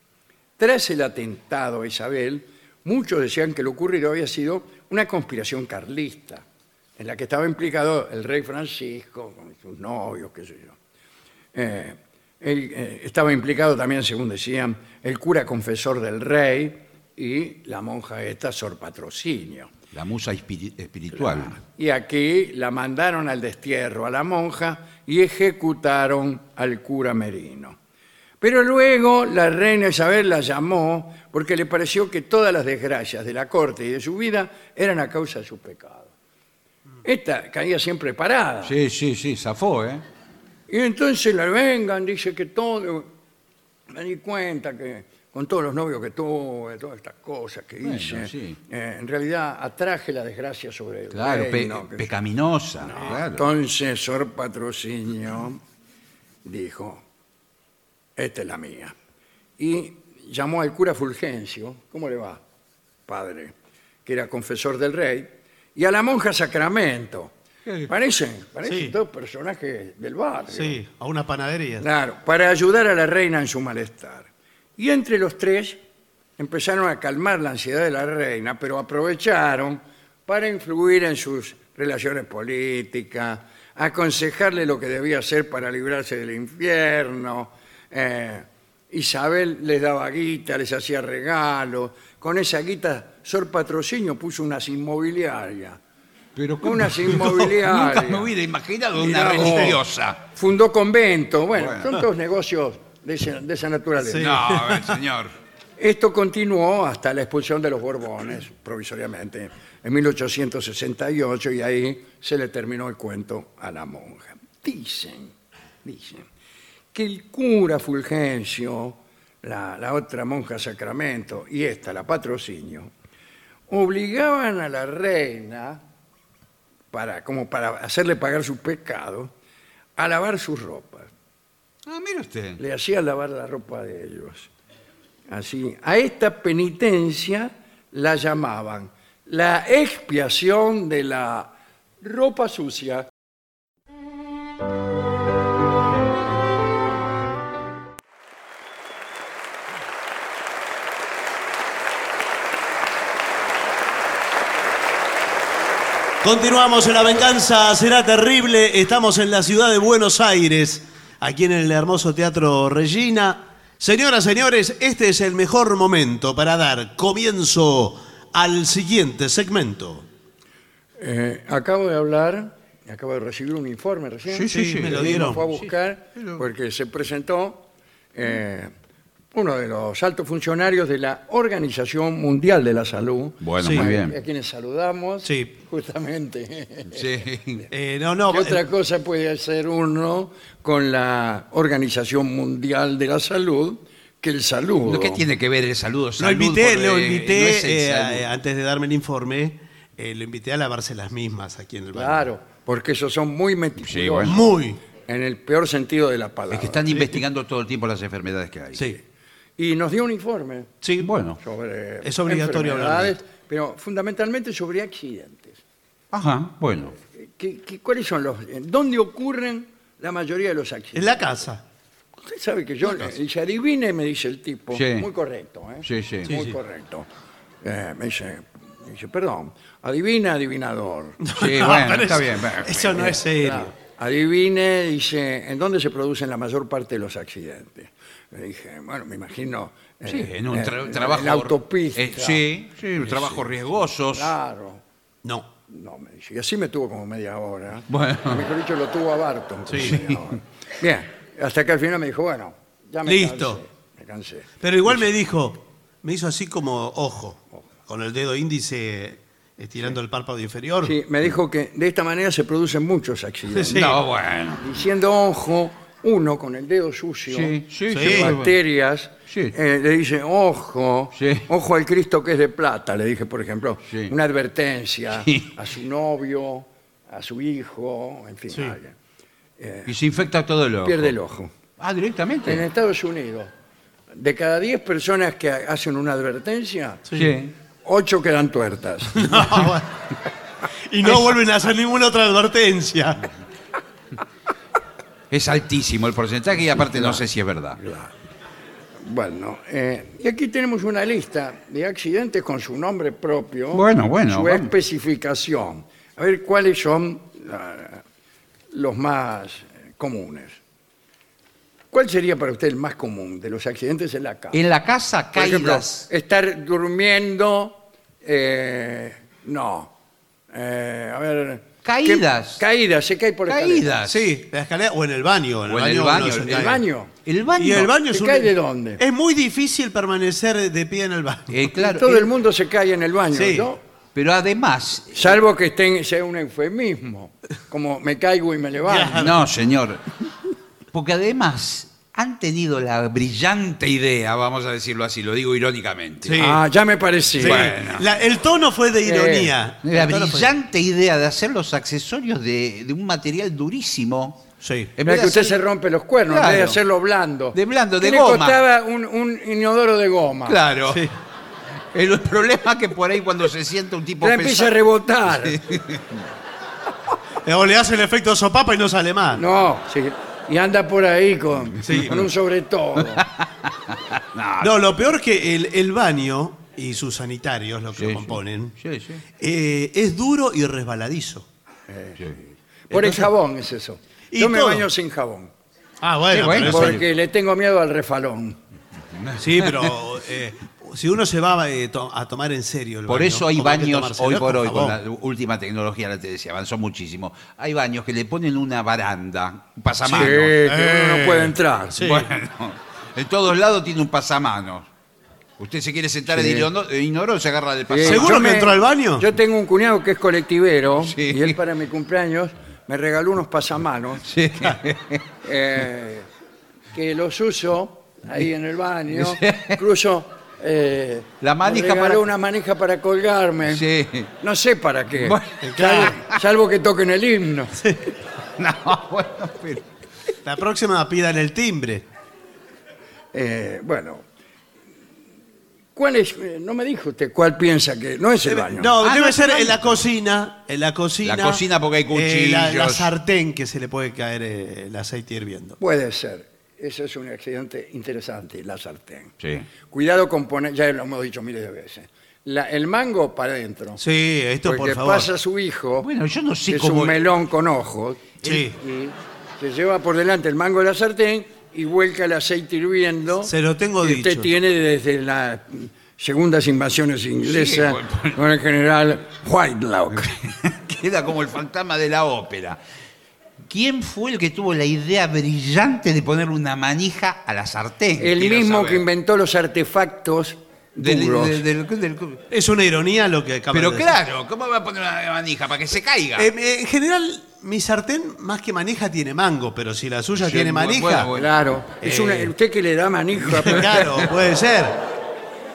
Tras el atentado a Isabel, muchos decían que lo ocurrido había sido una conspiración carlista, en la que estaba implicado el rey Francisco, con sus novios, qué sé yo. Eh, él, eh, estaba implicado también, según decían, el cura confesor del rey y la monja esta, Sor Patrocinio. La musa espiri- espiritual. Y aquí la mandaron al destierro a la monja y ejecutaron al cura Merino. Pero luego la reina Isabel la llamó porque le pareció que todas las desgracias de la corte y de su vida eran a causa de sus pecados. Esta caía siempre parada. Sí, sí, sí, zafó, ¿eh? Y entonces la vengan, dice que todo. Me di cuenta que con todos los novios que tuve, todas estas cosas que Bueno, hice, sí. eh, en realidad atraje la desgracia sobre el Claro, pe- reino, que- pecaminosa. claro. Entonces Sor Patrocinio dijo, esta es la mía. Y llamó al cura Fulgencio, ¿cómo le va, padre? Que era confesor del rey, y a la monja Sacramento. Parecen, parecen Sí. dos personajes del barrio. Sí, a una panadería. Claro, para ayudar a la reina en su malestar. Y entre los tres empezaron a calmar la ansiedad de la reina, pero aprovecharon para influir en sus relaciones políticas, aconsejarle lo que debía hacer para librarse del infierno. eh, Isabel les daba guita, les hacía regalos. Con esa guita, Sor Patrocinio puso unas inmobiliarias. Pero ¿cómo? Unas inmobiliarias. Nunca me hubiera imaginado Mirá una vos. religiosa. Fundó convento. Bueno, son todos negocios de, ese- de esa naturaleza. Sí. No, a ver, señor. Esto continuó hasta la expulsión de los Borbones, provisoriamente, en 1868, y ahí se le terminó el cuento a la monja. Dicen, dicen, que el cura Fulgencio, la, la otra monja Sacramento y esta, la Patrocinio, obligaban a la reina, para, como para hacerle pagar su pecado, a lavar sus ropas Ah, mire usted. le hacía lavar la ropa de ellos. Así, a esta penitencia la llamaban la expiación de la ropa sucia. Continuamos en La Venganza Será Terrible. Estamos en la ciudad de Buenos Aires, aquí en el hermoso Teatro Regina. Señoras, señores, este es el mejor momento para dar comienzo al siguiente segmento. Eh, acabo de hablar, acabo de recibir un informe recién. Sí, sí, Sí, sí. me lo que dieron. nos Fue a buscar porque se presentó eh, uno de los altos funcionarios de la Organización Mundial de la Salud. Bueno, Sí. muy A bien. quienes saludamos, Sí. justamente. Sí. Eh, no, no, ¿Qué otra eh, cosa puede hacer uno con la Organización Mundial de la Salud que el saludo? ¿Qué tiene que ver el saludo? lo Salud invité, por, lo eh, invité no es el eh, salud. eh, antes de darme el informe, eh, lo invité a lavarse las mismas aquí en el bar. Claro, porque esos son muy meticulosos Sí, bueno. Muy. en el peor sentido de la palabra. es que están investigando todo el tiempo las enfermedades que hay. eh, Sí. Y nos dio un informe Sí, Bueno. sobre Es obligatorio hablar de enfermedades, pero fundamentalmente sobre accidentes. Ajá, bueno. ¿Qué- qué- cuáles son los, eh, ¿Dónde ocurren la mayoría de los accidentes? En la casa. Usted sabe que yo eh, le dice, adivine, me dice el tipo. Sí. Muy correcto, ¿eh? Sí, sí. Muy Sí, sí. correcto. Eh, me dice, me dice, perdón, adivina, adivinador. Sí, No, bueno, pero está eso- bien. bueno. Eso no es serio. Claro. Adivine, dice, ¿en dónde se producen la mayor parte de los accidentes? Le dije, bueno, me imagino. eh, Sí, en un tra- eh, en trabajo. la autopista. Eh, sí, sí, un trabajo riesgoso. Claro. No. No, me dice. Y así me tuvo como media hora. Bueno. Mejor dicho, lo tuvo a Barton. como Sí. media hora. Bien, hasta que al final me dijo, bueno, ya me Listo. cansé, Me cansé. Pero igual me dijo, me hizo así como ojo, con el dedo índice estirando el párpado inferior. Sí, me dijo que de esta manera se producen muchos accidentes. Sí. No, Ah, bueno. Diciendo ojo, uno con el dedo sucio, sí, Sí. sin bacterias, Sí. eh, le dice ojo, Sí. ojo al Cristo que es de plata, le dije, por ejemplo, Sí. una advertencia Sí. a su novio, a su hijo, en fin, Sí. alguien. Y se infecta todo el ojo. pierde el ojo. Ah, En directamente. Estados Unidos, de cada 10 personas que ha- hacen una advertencia, Sí. 8 quedan tuertas. No, bueno. y no vuelven a hacer ninguna otra advertencia. Es altísimo el porcentaje y aparte no sé si es verdad. Bueno, eh, y aquí tenemos una lista de accidentes con su nombre propio, Bueno, bueno, su vamos. especificación. A ver cuáles son ah, los más eh, comunes. ¿Cuál sería para usted el más común de los accidentes en la casa? En la casa Por ejemplo, caídas. estar durmiendo. eh, no. Eh, a ver. Caídas. ¿qué- Caídas, se cae por la escalera. Caídas. Sí, la escalera o en el baño. En el O en baño el uno baño, se el ¿El cae. baño? El baño. Y el baño ¿Se es un- e- cae de dónde? Es muy difícil permanecer de pie en el baño. Eh, claro. Todo eh, el mundo se cae en el baño, Sí. ¿no? Pero además. Salvo que estén, sea un eufemismo, como me caigo y me Ah, levanto. No, señor. Porque además han tenido la brillante idea, vamos a decirlo así, lo digo irónicamente. Sí. Ah, ya me parecía. Sí. La- el tono fue de ironía. La El tono fue- brillante idea de hacer los accesorios de, de un material durísimo. Sí. Mirá En vez que de usted hacer- se rompe los cuernos en vez de Claro. hacerlo blando. De blando, de ¿Qué goma? Le costaba un, un inodoro de goma. Claro. Sí. El problema es que por ahí cuando se sienta un tipo Ya empieza a pesado- rebotar. Eh, O le hace el efecto sopapa y no sale más. No, sí. Y anda por ahí con, Sí. con un sobre todo. No, lo peor que el, el baño y sus sanitarios, lo que lo componen, Sí, sí. eh, es duro y resbaladizo. Por el jabón es eso. Y Yo me todo. baño sin jabón. Ah, bueno, Sí, bueno, pero, eso- Porque le tengo miedo al refalón. sí, pero, eh, si uno se va eh, to- a tomar en serio el Por baño, eso hay como que baños tomárselo hoy por con hoy, con jabón. la última tecnología, la te decía, avanzó muchísimo. Hay baños que le ponen una baranda, un pasamanos. Sí, que Eh. uno no puede entrar. Sí. Bueno, en todos lados tiene un pasamanos. Usted se quiere sentar en Ilono- en Inodoro, se agarra del Sí, pasamanos. ¿Seguro yo que entró al baño? Yo tengo un cuñado que es colectivero Sí. y él para mi cumpleaños me regaló unos pasamanos eh, que los uso ahí en el baño. Incluso eh, La me manija regaló para- una manija para colgarme. Sí. No sé para qué. Bueno, Salvo- salvo que toquen el himno. No, bueno, pero- La próxima pidan el timbre. Eh, bueno. ¿Cuál es? eh, No me dijo usted cuál piensa que no es el baño. Eh, No, Ah, debe no es ser el baño. en la cocina. En la cocina. La cocina porque hay eh, la, la cuchillos. sartén que se le puede caer eh, el aceite hirviendo. Puede ser. Ese es un accidente interesante, la sartén. Sí. Cuidado con poner, ya lo hemos dicho miles de veces, la- el mango para adentro. Sí, esto porque por favor. pasa su hijo, Bueno, yo no que sé es cómo. un melón con ojos, Sí. y se lleva por delante el mango de la sartén y vuelca el aceite hirviendo. Se lo tengo que Usted dicho. tiene desde las segundas invasiones inglesas Sí, bueno. con el general Whitelock. Queda como el fantasma de la ópera. ¿Quién fue el que tuvo la idea brillante de poner una manija a la sartén? El Quiero mismo saber. que inventó los artefactos Del- duros. del- del- del- Es una ironía lo que acaba Pero de claro, ¿cómo va a poner una manija? ¿Para que se caiga? decir. Eh, eh, en general, mi sartén, más que manija, tiene mango, pero si la suya Sí, tiene bueno, manija. bueno, bueno. Claro. Es una- Eh. usted que le da manija. pero- Claro, puede ser.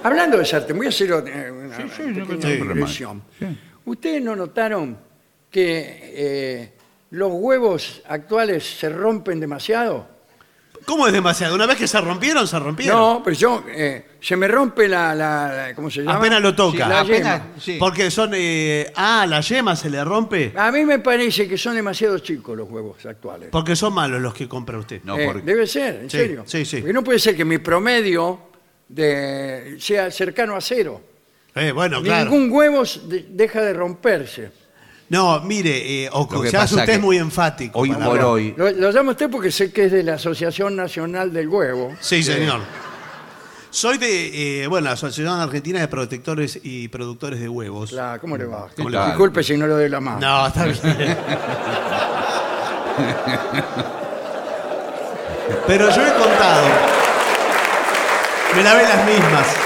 Hablando de sartén, voy a hacer eh, una pequeña hay problema. digression. ¿Ustedes no notaron que eh, los huevos actuales se rompen demasiado? ¿Cómo es demasiado? Una vez que se rompieron, se rompieron. No, pero yo, eh, se me rompe la, la- la- ¿cómo se llama? Apenas lo toca. Sí, la Apenas- yema. sí. Porque son. eh, ah, la yema se le rompe. A mí me parece que son demasiado chicos los huevos actuales. Porque son malos los que compra usted. No, Eh, porque- Debe ser, en Sí, serio. sí, sí. Porque no puede ser que mi promedio de, sea cercano a cero. Eh, bueno, claro. Ningún huevo de- deja de romperse. No, mire, eh, o Lo que quizás pasa usted es que muy enfático. hoy para por hablar. hoy. Lo, lo llama usted porque sé que es de la Asociación Nacional del Huevo. Sí, señor. Soy de, eh, bueno, la Asociación Argentina de Protectores y Productores de Huevos. La- ¿Cómo le va? ¿Cómo le va? Disculpe si no lo doy la mano. No, está bien. Pero yo he contado. Me lavé las mismas.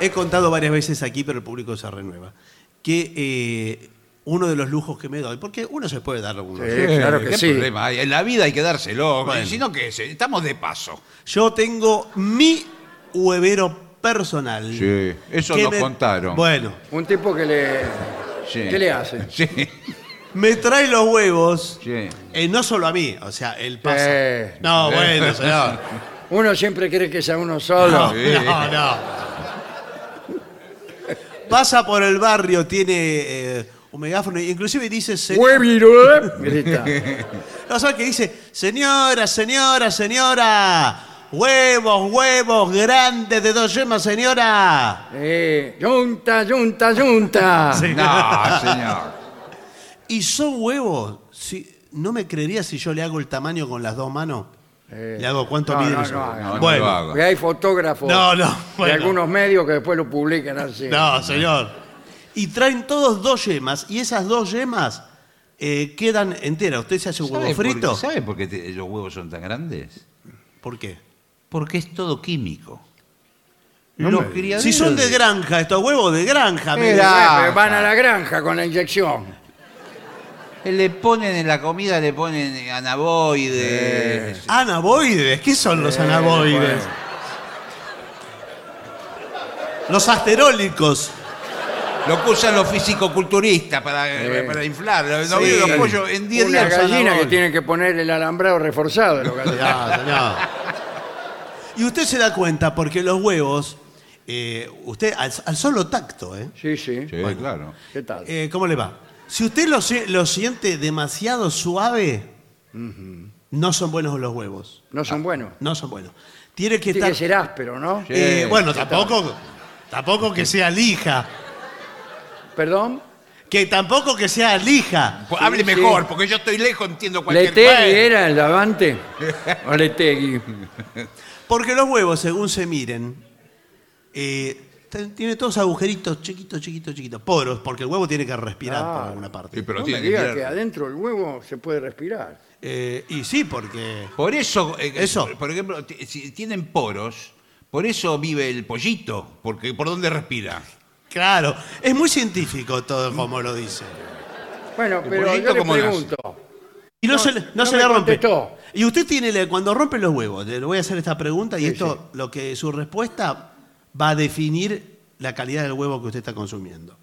he contado varias veces aquí, pero el público se renueva, que eh, uno de los lujos que me doy, porque uno se puede dar algunos. Sí, claro que Eh, ¿Qué sí. problema hay? En la vida hay que dárselo. Bueno. Si no, ¿qué es? Estamos de paso. Yo tengo mi huevero personal. Sí, eso que nos contaron. Bueno, Un tipo que le... Sí. ¿Qué le hace? Sí, me trae los huevos, sí. eh, no solo a mí, o sea, el paso. Eh, No, bueno, señor. uno siempre cree que sea uno No, solo. no, no. Pasa por el barrio, tiene eh, un megáfono, inclusive dice... se- Hueviro, ¿eh? grita. No, ¿sabes qué dice? Señora, señora, señora. Huevos, huevos grandes de dos yemas, señora. Eh, yunta, yunta, yunta. No, señor. Y son huevos. Si, ¿No me creería si yo le hago el tamaño con las dos manos? Eh, Le hago cuánto no, mide. no, eso? no haga, No, no bueno, lo haga. Porque hay fotógrafos No, no, de bueno. algunos medios que después lo publican así. no, señor. Y traen todos dos yemas y esas dos yemas eh, quedan enteras. ¿Usted se hace un huevo ¿Sabe por- frito? ¿Sabe por qué te- los huevos son tan grandes? ¿Por qué? Porque es todo químico. No los me- criaderos si son de de- granja, estos huevos de granja. mire. Era. Eh, Van a la granja con la inyección. Eh, Le ponen en la comida, le ponen eh, anaboides. Anaboides, ¿qué son los anaboides? Eh, bueno. Los asterólicos. Lo que usan los fisicoculturistas para, eh, Sí. para inflar. No Sí. vieron los pollos en 10 Una días. gallina que zanahoria. tienen que poner el alambrado reforzado. los gallinas. Ya, señor. Y usted se da cuenta porque los huevos, eh, usted al, al solo tacto, ¿eh? Sí, sí. Sí, claro. ¿Qué tal? Eh, ¿Cómo le va? Si usted lo, si- lo siente demasiado suave, no son buenos los huevos. no son buenos. No son buenos. Tiene que Tiene estar. que ser áspero, ¿no? eh, bueno, tampoco, tampoco que sea lija. Perdón. Que tampoco que sea lija. Pues Hable Sí, mejor, sí. porque yo estoy lejos, entiendo cualquier Letegui era el davante. O Letegui. Porque los huevos, según se miren, eh, ten- tiene todos agujeritos chiquitos, chiquitos, chiquitos. Poros, porque el huevo tiene que respirar por Claro. alguna parte. Ah. Sí, pero No me tiene que diga mirar. que adentro del huevo se puede respirar. Eh, y sí, porque. Por eso, eh, Eso. por ejemplo, t- si tienen poros, por eso vive el pollito, porque por dónde respira. Claro, es muy científico todo como lo dice. Bueno, El pero yo pollito, le ¿cómo nace? pregunto. Y no, se, le- no no se me le rompe. contestó. Y usted tiene, la- cuando rompe los huevos, le voy a hacer esta pregunta y esto, lo que su respuesta va a definir la calidad del huevo que usted está consumiendo.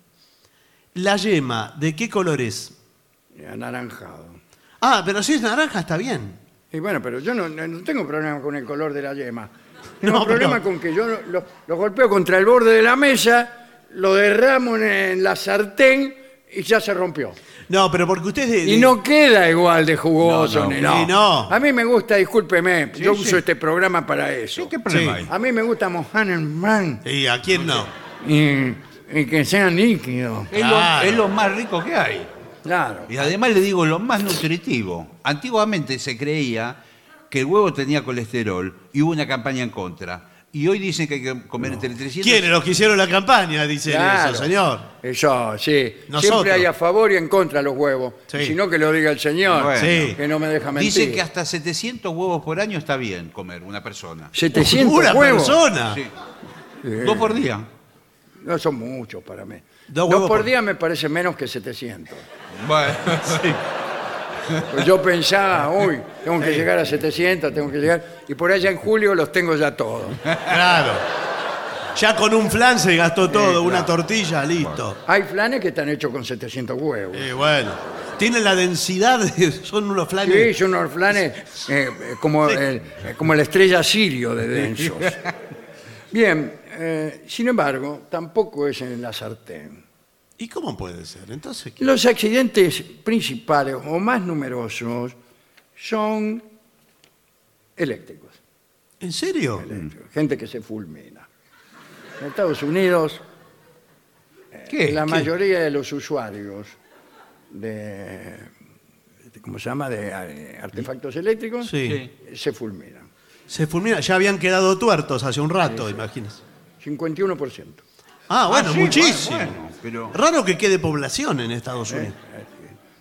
La yema, ¿de qué color es? Anaranjado. Ah, pero si es naranja está bien. Y bueno, pero yo no, no tengo problema con el color de la yema. No, Tengo pero- problema con que yo lo, lo golpeo contra el borde de la mesa, lo derramo en, en la sartén y ya se rompió. No, pero porque usted es de- Y de- no queda igual de jugoso. No, no, ni- no. y no. A mí me gusta, discúlpeme, yo sí. uso este programa para eso. problema hay? A mí me gusta mojar el pan ¿Y a quién no? y, y que sea líquido. Es, lo- Claro. es lo, más rico que hay. Claro. Y además le digo, lo más nutritivo. Antiguamente se creía que el huevo tenía colesterol y hubo una campaña en contra. Y hoy dicen que hay que comer entre 300 ¿Quiénes los que hicieron la campaña? Dicen Claro. eso, señor. Eso, sí. Siempre Nosotros. hay a favor y en contra los huevos. Sí. Si no, que lo diga el señor, Bueno. Sí. que no me deja mentir. Dicen que hasta 700 huevos por año está bien comer una persona. 700 Una huevos. persona. Sí. Dos por día. No son muchos para mí. Dos Dos, huevos por por- día me parece menos que 700. Bueno, Pues yo pensaba, uy, tengo que llegar a 700, tengo que llegar. Y por allá en julio los tengo ya todos. Claro. Ya con un flan se gastó todo, una tortilla, listo. Hay flanes que están hechos con 700 huevos. Y bueno. Tiene la densidad, de- son unos Sí, flanes. son unos flanes eh, eh, como, el- eh, como la estrella Sirio de densos. Bien, eh, sin embargo, tampoco es en la sartén. ¿Y cómo puede ser? Entonces, ¿qué? Los accidentes principales o más numerosos son eléctricos. ¿en serio? eléctricos, gente que se fulmina. En Estados Unidos, ¿qué? la ¿Qué? mayoría de los usuarios de, de- ¿cómo se llama?, de eh, artefactos eléctricos, Sí. eh, se fulminan. Se fulmina. Ya habían quedado tuertos hace un rato, imagínese. 51%. Ah, bueno, Ah, sí, muchísimo. bueno, bueno, pero- Raro que quede población en Estados Unidos.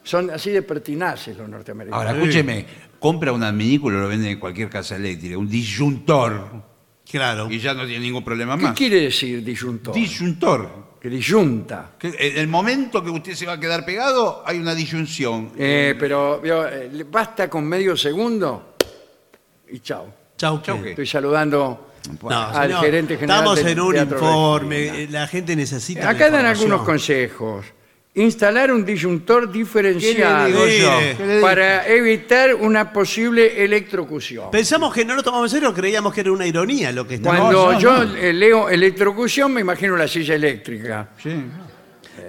Son así de pertinaces los norteamericanos. Ahora, escúcheme, compra un adminículo, lo venden en cualquier casa eléctrica, un disyuntor. Claro. y ya no tiene ningún problema ¿Qué más. quiere decir disyuntor? Disyuntor. que disyunta. Que En el momento que usted se va a quedar pegado, hay una disyunción. Eh, pero vio, eh, le basta con medio segundo y chao. Chau, Chau, que- que- Estoy saludando. No, al señor, gerente general Estamos del en un Teatro informe, Regina. eh, la gente necesita. Acá dan algunos consejos. consejos. Instalar un disyuntor diferenciado digo yo? ¿Qué le digo? para evitar una posible electrocución. Pensamos que no lo tomamos en serio, creíamos que era una ironía lo que estaba. Cuando No, no, yo no. eh, leo electrocución me imagino la silla eléctrica. Sí.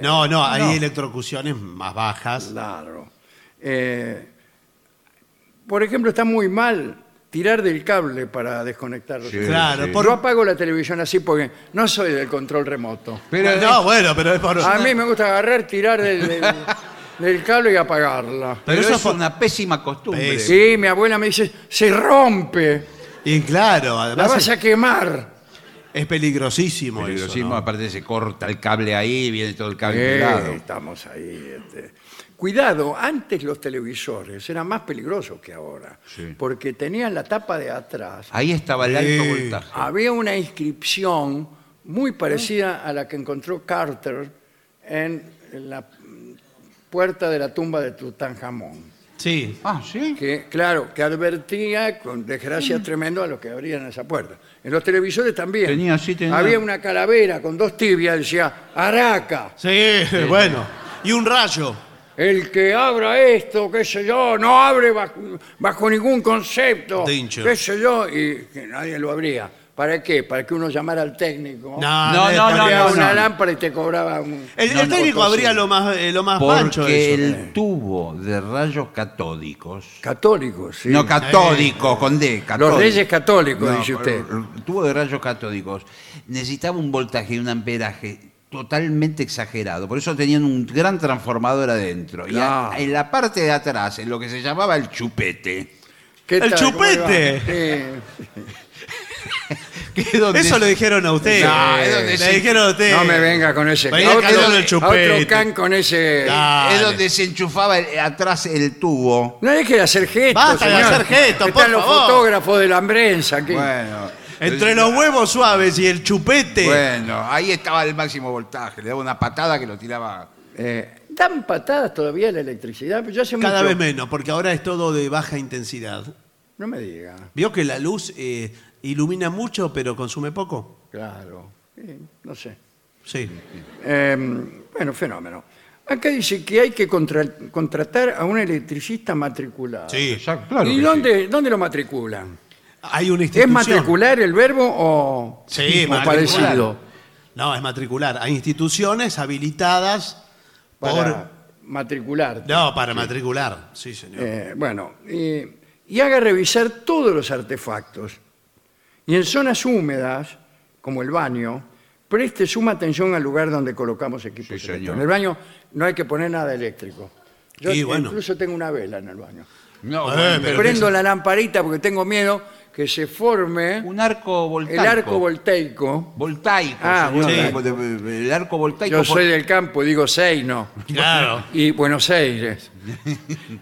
No, no, hay electrocuciones más bajas. Claro. Eh, por ejemplo, está muy mal tirar del cable para desconectarlo. Sí. Claro, sí. por- Yo apago la televisión así porque no soy del control remoto. Pero no, bueno, pero es por. A mí me gusta agarrar, tirar del, del- del cable y apagarla. Pero, Pero eso es fue- una pésima costumbre. Pésima. Sí, mi abuela me dice, se rompe, Y claro, la además vas a es, quemar. es peligrosísimo, Peligrosismo, eso. ¿no? aparte se corta el cable ahí, viene todo el cable Eh, pelado. estamos ahí. este. Cuidado, antes los televisores eran más peligrosos que ahora, Sí. porque tenían la tapa de atrás. Ahí estaba el alto Sí. voltaje. Había una inscripción muy parecida a la que encontró Carter en la puerta de la tumba de Tutankamón. Sí. Ah, sí. que claro, que advertía con Mm. desgracia tremenda a los que abrían esa puerta. En los televisores también. Tenía, sí, tenía. Había una calavera con dos tibias, decía, Araca, Sí, bueno. Y un rayo. el que abra esto, qué sé yo, no abre baj- bajo, ningún concepto, Tincho. qué sé yo, y que nadie lo abría. ¿Para qué? Para que uno llamara al técnico, No, No, no, es no, abría para- no, una no. lámpara y te cobraba un... El, el un técnico cotocino. habría lo más, eh, lo más pancho Porque eso. el tubo de rayos catódicos. Católicos, sí. No catódicos, con D, catódicos. Los reyes católicos, dice No, usted. El tubo de rayos catódicos necesitaba un voltaje y un amperaje totalmente exagerado. Por eso tenían un gran transformador adentro. Claro. Y a- en la parte de atrás, en lo que se llamaba el chupete, ¿Qué ¡El tal? ¿Cómo le va? chupete! Sí. que es donde Eso le dijeron a usted. No, es donde le se- dijeron a usted. No me venga con ese Venía A otro- cantando el a chupete. Otro can con ese. Dale. Es donde se enchufaba el- atrás el tubo. No deje de hacer gestos. Basta de señor. hacer gestos, por Están los favor. fotógrafos de la hambrenza aquí. Bueno. Entre los huevos suaves y el chupete. Bueno, ahí estaba el máximo voltaje. Le daba una patada que lo tiraba. Eh, dan patadas todavía la electricidad. Yo hace Cada mucho- vez menos, porque ahora es todo de baja intensidad. No me diga. Vio que la luz eh, ilumina mucho, pero consume poco. Claro. Eh, no sé. Sí. Eh, bueno, fenómeno. Acá dice que hay que contra- contratar a un electricista matriculado. claro. ¿Y dónde, dónde lo matriculan? Hay una ¿Es institución. matricular el verbo o, Sí, o matricular. parecido? No, es matricular. Hay instituciones habilitadas por. Para matricular. No, para matricular. Sí, señor. Eh, bueno, eh, y haga revisar todos los artefactos. Y en zonas húmedas, como el baño, preste suma atención al lugar donde colocamos equipos Sí, señor. eléctricos. En el baño no hay que poner nada eléctrico. Yo Y bueno. incluso tengo una vela en el baño. No, Eh, bueno, pero Prendo la lamparita porque tengo miedo que se forme un arco voltaico. el arco voltaico. voltaico. Ah, señor. sí. Arco de- El arco voltaico. Yo por- soy del campo, digo seis, no. Claro. Y Buenos Aires.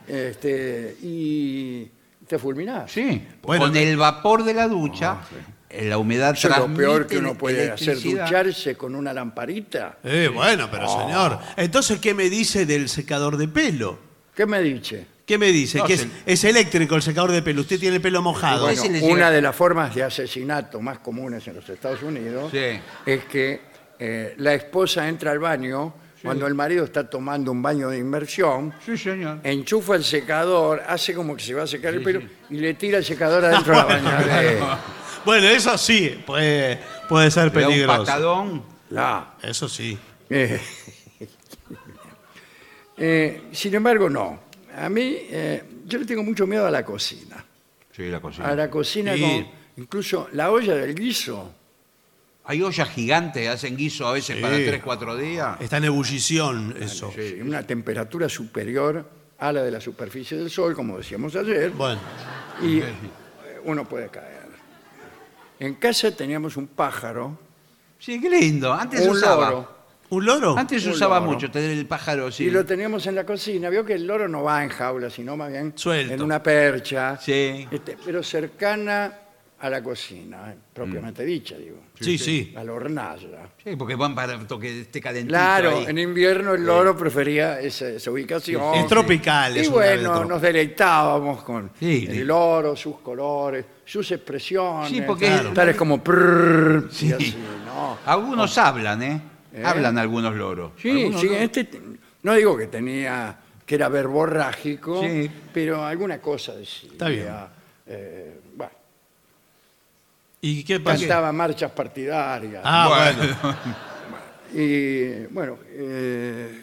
Este, y te fulminás. Sí. Bueno, con el vapor de la ducha, eh, la humedad Ah, Eso es lo transmite peor que uno puede hacer, electricidad. ducharse con una lamparita. Eh, bueno, pero señor. Entonces, ¿qué me dice del secador de pelo? ¿Qué me dice? ¿Qué me dice? No, que es, se- es eléctrico el secador de pelo. Usted tiene el pelo mojado. Bueno, ese le llega- una de las formas de asesinato más comunes en los Estados Unidos Sí. es que eh, la esposa entra al baño cuando el marido está tomando un baño de inmersión, Sí, señor. enchufa el secador, hace como que se va a secar el pelo y le tira el secador adentro de la bañadera. Bueno, eso sí, puede, puede ser Le da un peligroso. patadón. La- Eso sí. Eh, eh, sin embargo, no. A mí, eh, yo le tengo mucho miedo a la cocina. Sí, la cocina. A la cocina Sí. con incluso la olla del guiso. Hay ollas gigantes que hacen guiso a veces Sí. para 3, 4 días. Está en ebullición eso. sí, Una temperatura superior a la de la superficie del sol, como decíamos ayer, Bueno, y eh, uno puede caer. En casa teníamos un pájaro, Sí, qué lindo. Antes se un usaba. loro, ¿un loro? Antes se Un usaba loro. mucho tener el pájaro así. y lo teníamos en la cocina. Vio que el loro no va en jaula, sino más bien Suelto. en una percha, Sí. este, pero cercana a la cocina, eh, propiamente dicha, digo. Sí, sí. A la hornalla. Sí, porque van para que esté calentito Claro, ahí. en invierno el loro prefería esa, esa ubicación. Es tropical, Y es una ave bueno, tropical. nos deleitábamos con Sí, sí. el loro, sus colores, sus expresiones. Sí, porque- tales Claro. como prrr, y así, ¿no? Algunos hablan, ¿eh? Hablan algunos loros. Ah. Sí, sí, este t- no digo que tenía que era verborrágico, Sí. pero alguna cosa decía. Está bien. Eh, bueno, ¿Y qué pasa? cantaba marchas partidarias. Ah, bueno. Y bueno, eh,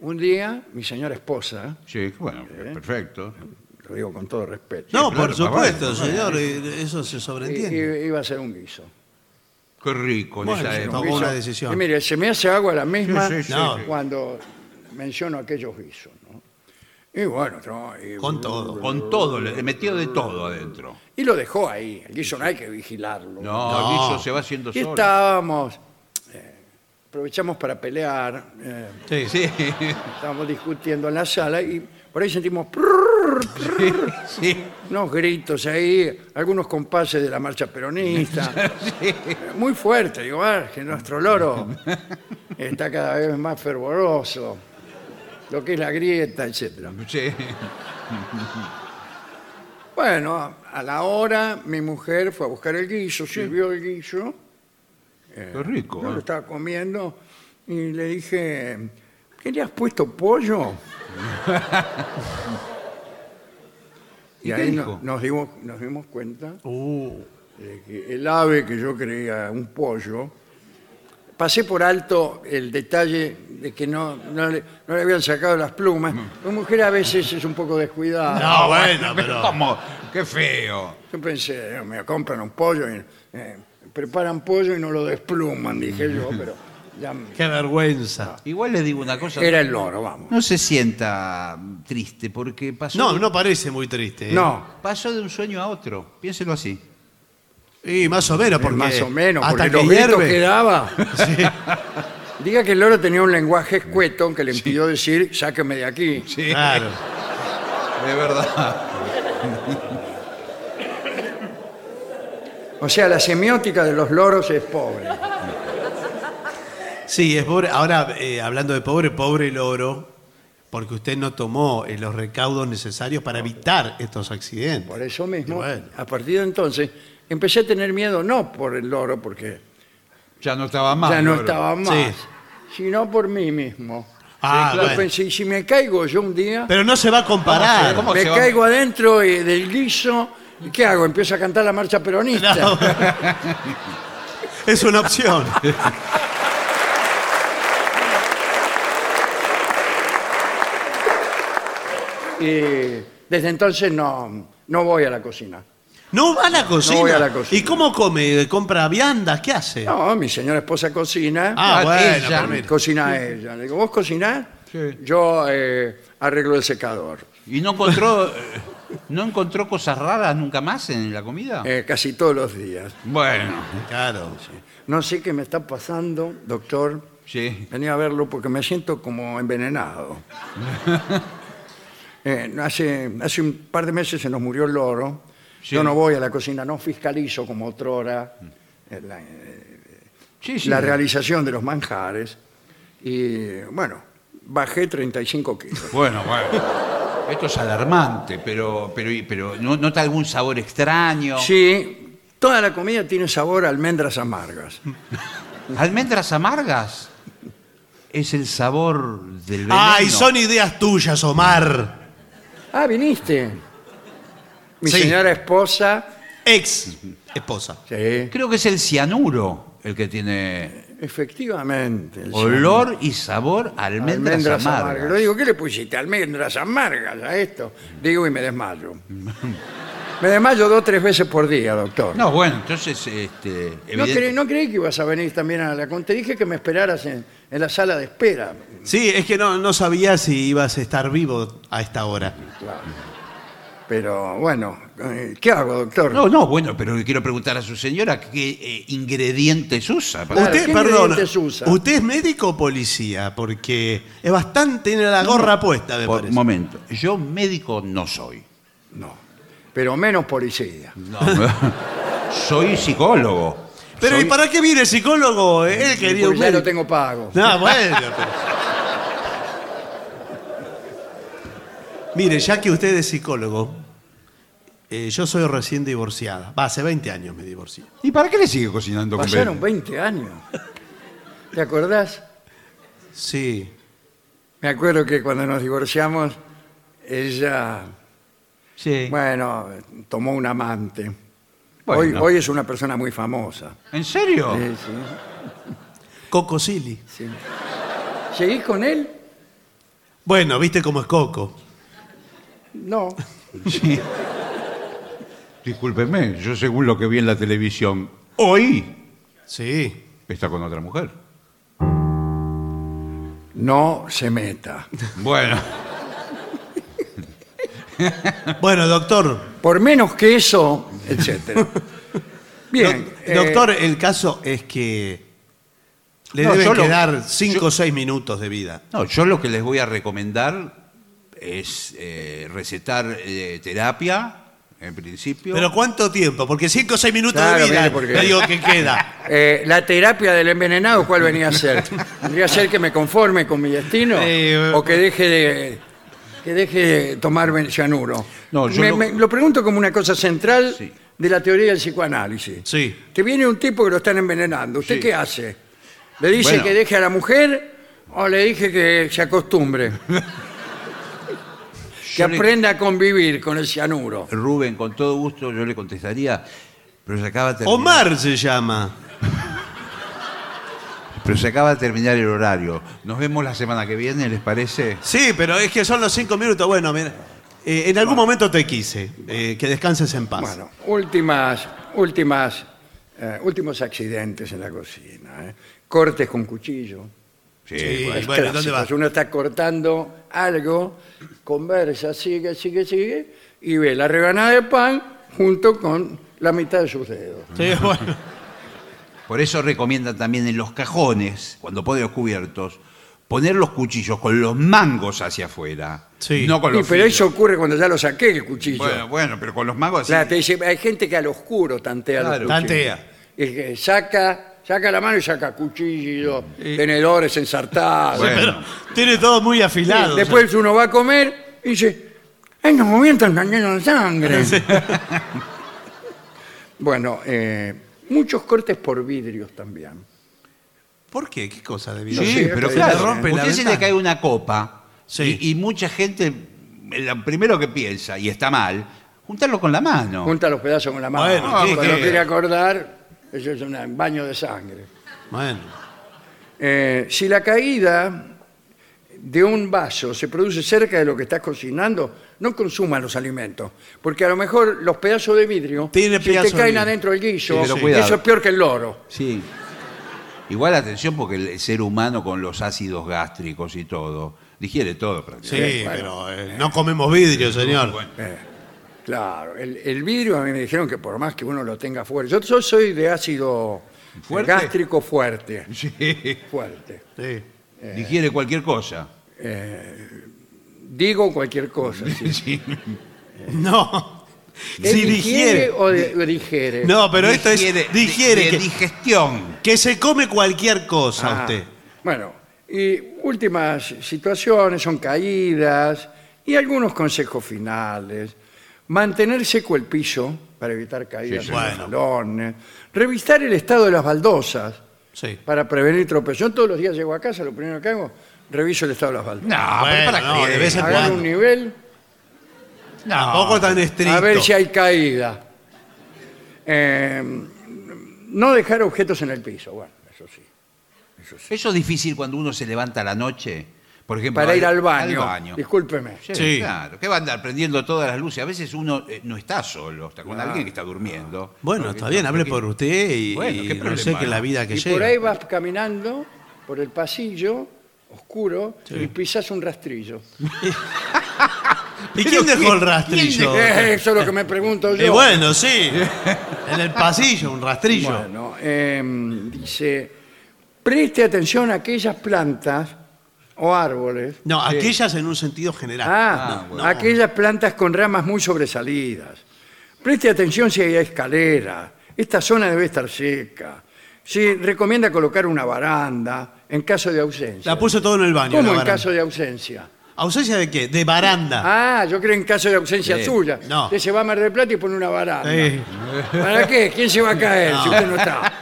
un día mi señora esposa, Sí, bueno, ¿Eh? perfecto. lo digo con todo respeto, No, Sí, por claro, papá. supuesto, señor. eh, Eso se i- sobreentiende. i- iba a hacer un guiso. Qué rico en Bueno, esa sí, época. tomó Guiso. una decisión. Y mire, se me hace agua la misma Sí, sí, sí, No. sí. cuando menciono aquellos guisos. ¿no? Y bueno, no, y- Con todo. Con todo, le le metió de todo adentro. y lo dejó ahí. El guiso no hay que vigilarlo. No, No. el guiso se va haciendo Y solo. estábamos, eh, aprovechamos para pelear, eh, Sí, Sí, estábamos discutiendo en la sala y por ahí sentimos prrr, prrr, sí. unos gritos ahí, algunos compases de la marcha peronista, muy fuerte, digo, "Ah, que nuestro loro está cada vez más fervoroso, lo que es la grieta, etcétera. sí. Bueno, a la hora mi mujer fue a buscar el guiso, sirvió el guiso. Qué rico. Yo lo ¿eh? estaba comiendo y le dije, ¿qué le has puesto pollo? y ¿Y qué ahí no- dijo? nos, dimos, nos dimos cuenta Uh, de que el ave que yo creía un pollo, pasé por alto el detalle de que no, no, le, no le habían sacado las plumas. La mujer a veces es un poco descuidada. no, bueno, pero. ¿Cómo? Qué feo. Yo pensé, "Eh, me compran un pollo, y, eh, preparan pollo y no lo despluman, dije yo, pero ya Qué vergüenza. Igual les digo una cosa. era el loro, vamos. No se sienta triste porque pasó, No, no parece muy triste. ¿eh? No, pasó de un sueño a otro. Piénselo así. Y más o menos, porque. Eh, más o menos, Hasta porque que los gritos hierve. que daba. Diga que el loro tenía un lenguaje escueto que le impidió decir, sáqueme de aquí. Claro. De verdad. O sea, la semiótica de los loros es pobre. Sí, es pobre. Ahora, eh, hablando de pobre, pobre loro, porque usted no tomó eh, los recaudos necesarios para evitar estos accidentes. Por eso mismo, Y bueno. a partir de entonces, empecé a tener miedo no por el loro, porque Ya no estaba más. ya no Loro. estaba más, Sí. sino por mí mismo. Ah, Yo bueno. pensé, si me caigo yo un día, Pero no se va a comparar. ¿Cómo me se va? caigo adentro eh, del guiso, ¿y ¿qué hago? Empiezo a cantar la marcha peronista. No. es una opción. Y desde entonces no, no voy a la cocina. No va a la cocina. voy a la cocina. ¿Y cómo come? ¿Compra viandas? ¿Qué hace? No, mi señora esposa cocina. Ah, Ah, bueno, ella. pero mire. Cocina ella. Le digo, ¿vos cocinás? Yo eh, arreglo el secador. ¿Y no encontró, eh, no encontró cosas raras nunca más en la Ah. comida? eh, casi todos los días. Bueno, Claro. No sé qué me está pasando, doctor. sí. Venía a verlo porque me siento como envenenado. Eh, hace, hace un par de meses se nos murió el loro. Yo no voy a la cocina, no fiscalizo como otrora eh, la, Sí, sí. la realización de los manjares. Y bueno, bajé 35 kilos. Bueno, bueno. Esto es alarmante, pero, pero, pero ¿no- ¿nota algún sabor extraño? Sí, toda la comida tiene sabor a almendras amargas. ¿Almendras amargas? Es el sabor del veneno. Ay, son ideas tuyas, Omar. Ah, viniste. Mi Sí. señora esposa. Ex esposa. Sí, Creo que es el cianuro el que tiene efectivamente. el olor y sabor a señor- almendras, amargas. Lo digo, ¿qué le pusiste? Almendras amargas a esto. Digo y me desmayo. me desmayo dos o tres veces por día, doctor. No, bueno, entonces, este... No evidente- creí, no creí que ibas a venir también a la con. Te dije que me esperaras en, en la sala de espera. Sí, es que no, no sabía si ibas a estar vivo a esta hora. Pero bueno, eh, ¿qué hago, doctor? No, no, bueno, pero le quiero preguntar a su señora qué eh, ingredientes usa. para- Claro, usted, ¿qué perdón, ingredientes usa? ¿usted es médico o policía? Porque es bastante, tiene la gorra puesta, me Por parece. momento, yo médico no soy. No. Pero menos policía. No. Soy psicólogo. Pero ¿y Soy- para qué viene el psicólogo? Él quería un Porque ya lo médico. tengo pago. No, bueno. pero- Mire, ya que usted es psicólogo, eh, yo soy recién divorciada. Va, hace 20 años me divorcié. ¿Y para qué le sigue cocinando con Pasaron Belén? 20 años. ¿Te acordás? Sí. Me acuerdo que cuando nos divorciamos, ella, Sí. bueno, tomó un amante. Bueno. Oh. Hoy, hoy es una persona muy famosa. ¿En serio? Sí, sí, Coco Silly. sí. ¿Seguís con él? Bueno, viste cómo es Coco. No. Sí. Discúlpeme, yo según lo que vi en la televisión, hoy Sí. está con otra mujer. No se meta. Bueno, Bueno, doctor. Por menos que eso, etc. Bien. doc- eh, doctor, el caso es que le No, yo deben lo- quedar yo- 5 o 6 minutos de vida. no, yo lo que les voy a recomendar es eh, recetar eh, terapia, en principio. ¿Pero cuánto tiempo? Porque 5 o 6 minutos Claro, de vida, mire, porque- le digo que queda. eh, la terapia del envenenado, ¿cuál venía a ser? ¿Vendría a ser que me conforme con mi destino? Eh, ¿O que deje de, que deje de tomar ben- cianuro? No, yo Me- no- me- lo pregunto como una cosa central Sí. de la teoría del psicoanálisis. Sí. Te viene un tipo que lo están envenenando. ¿Usted Sí. qué hace? ¿Le dice Bueno. que deje a la mujer o le dije que se acostumbre? que Yo le- aprenda a convivir con el cianuro. Rubén, con todo gusto yo le contestaría, pero se acaba de terminar, Omar se llama. pero se acaba de terminar el horario. Nos vemos la semana que viene, ¿les parece? Sí, pero es que son los cinco minutos. Bueno, mira, eh, en algún momento te quise. Eh, que descanses en paz. Bueno, últimas, últimas, eh, últimos accidentes en la cocina. ¿eh? Cortes con cuchillo. Sí, Es bueno, ¿dónde clásico. vas? Uno está cortando algo, conversa, sigue, sigue, sigue, y ve la rebanada de pan junto con la mitad de sus dedos. Sí, bueno. Por eso recomiendan también en los cajones, cuando ponen los cubiertos, poner los cuchillos con los mangos hacia afuera. Sí. No con Y, los pero filos. eso ocurre cuando ya lo saqué el cuchillo. Bueno, bueno, pero con los mangos así. Claro, te dice, hay gente que al oscuro tantea los Claro. cuchillos. Tantea. Y que saca, saca la mano y saca cuchillos, tenedores ensartados. Bueno. Pero tiene todo muy afilado. Después uno va a comer y dice, ¡ay, no movimientos están llenos de sangre! bueno, eh, muchos cortes por vidrios también. ¿Por qué? ¿Qué cosa de vida? Sí, sé, pero se claro, le rompe la usted se ventana. le cae una copa Sí. y, y mucha gente, lo primero que piensa, y está mal, juntarlo con la mano. Junta los pedazos con la mano. Bueno, Ah, sí, Cuando sí. quiere acordar, eso es una- un baño de sangre. Bueno. Eh, si la caída de un vaso se produce cerca de lo que estás cocinando, no consuma los alimentos, porque a lo mejor los pedazos de vidrio Tiene se te pedazos de caen vidrio. adentro del guiso, Sí, pero eso cuidado. es peor que el loro. Sí. Igual atención porque el ser humano con los ácidos gástricos y todo, digiere todo Sí, prácticamente. bueno. pero eh, no comemos vidrio, señor. Claro, el, el vidrio a mí me dijeron que por más que uno lo tenga fuerte, yo, yo soy de ácido ¿Fuerte? gástrico fuerte, Sí. fuerte. Sí. Digiere cualquier cosa. Digo cualquier cosa. sí. No. ¿Es Si digiere. o, de- o digiere? No, pero esto es Digiere- digiere, di- de que, digestión. que se come cualquier cosa Ah, usted. Bueno, y últimas situaciones son caídas y algunos consejos finales. Mantener seco el piso para evitar caídas Sí, en los bueno. salones. Revisar el estado de las baldosas. Sí. para prevenir tropezón. Todos los días llego a casa, lo primero que hago, reviso el estado de las baldosas. No, Bueno, pero ¿para no, qué? de vez en Agarro cuando. un nivel Tampoco tan estricto. a ver si hay caída. Eh, no dejar objetos en el piso, bueno, eso sí. Eso es difícil cuando uno se levanta a la noche, por ejemplo. Para ir al baño. al baño. Discúlpeme. Sí, Sí. claro. ¿Qué va a andar prendiendo todas las luces? A veces uno eh, no está solo, está con alguien que está durmiendo. Bueno, Porque- está bien, hable porque- por usted y, Bueno, y ¿qué no sé problema? que la vida que Y lleva. por ahí vas caminando por el pasillo oscuro y pisas un rastrillo. ¿Y quién dejó el rastrillo? Eh, Eso es lo que me pregunto yo. Y bueno, sí. En el pasillo, un rastrillo. Bueno, eh, dice, preste atención a aquellas plantas o árboles No, aquellas en un sentido general. Ah, aquellas plantas con ramas muy sobresalidas. Preste atención si hay escalera, Esta zona debe estar seca. Sí, recomienda colocar una baranda en caso de ausencia. La puso todo en el baño. ¿Cómo la en baranda. caso de ausencia? ¿Ausencia de qué? De baranda. Ah, yo creo en caso de ausencia Sí. suya. No. Usted se va a Mar del Plata y pone una baranda. Sí. ¿Para qué? ¿Quién se va a caer si usted no está?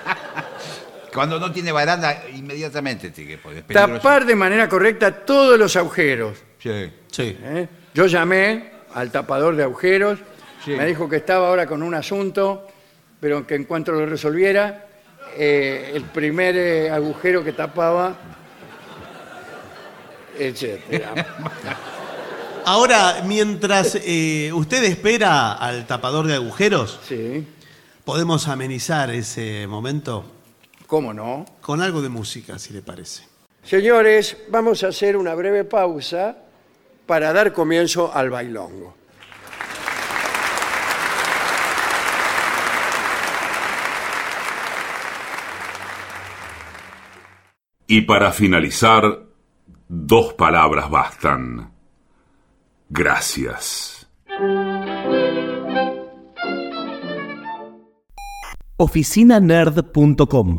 Cuando no tiene baranda, inmediatamente pues, tiene que poner. Tapar de manera correcta todos los agujeros. Sí. Sí. ¿eh? Yo llamé al tapador de agujeros. Sí. Me dijo que estaba ahora con un asunto, pero que en cuanto lo resolviera, eh, el primer eh, agujero que tapaba, etcétera. Ahora, mientras eh, usted espera al tapador de agujeros, Sí. podemos amenizar ese momento ¿Cómo no? con algo de música, si le parece. Señores, vamos a hacer una breve pausa para dar comienzo al bailongo. Y para finalizar, dos palabras bastan. Gracias. oficinanerd.com.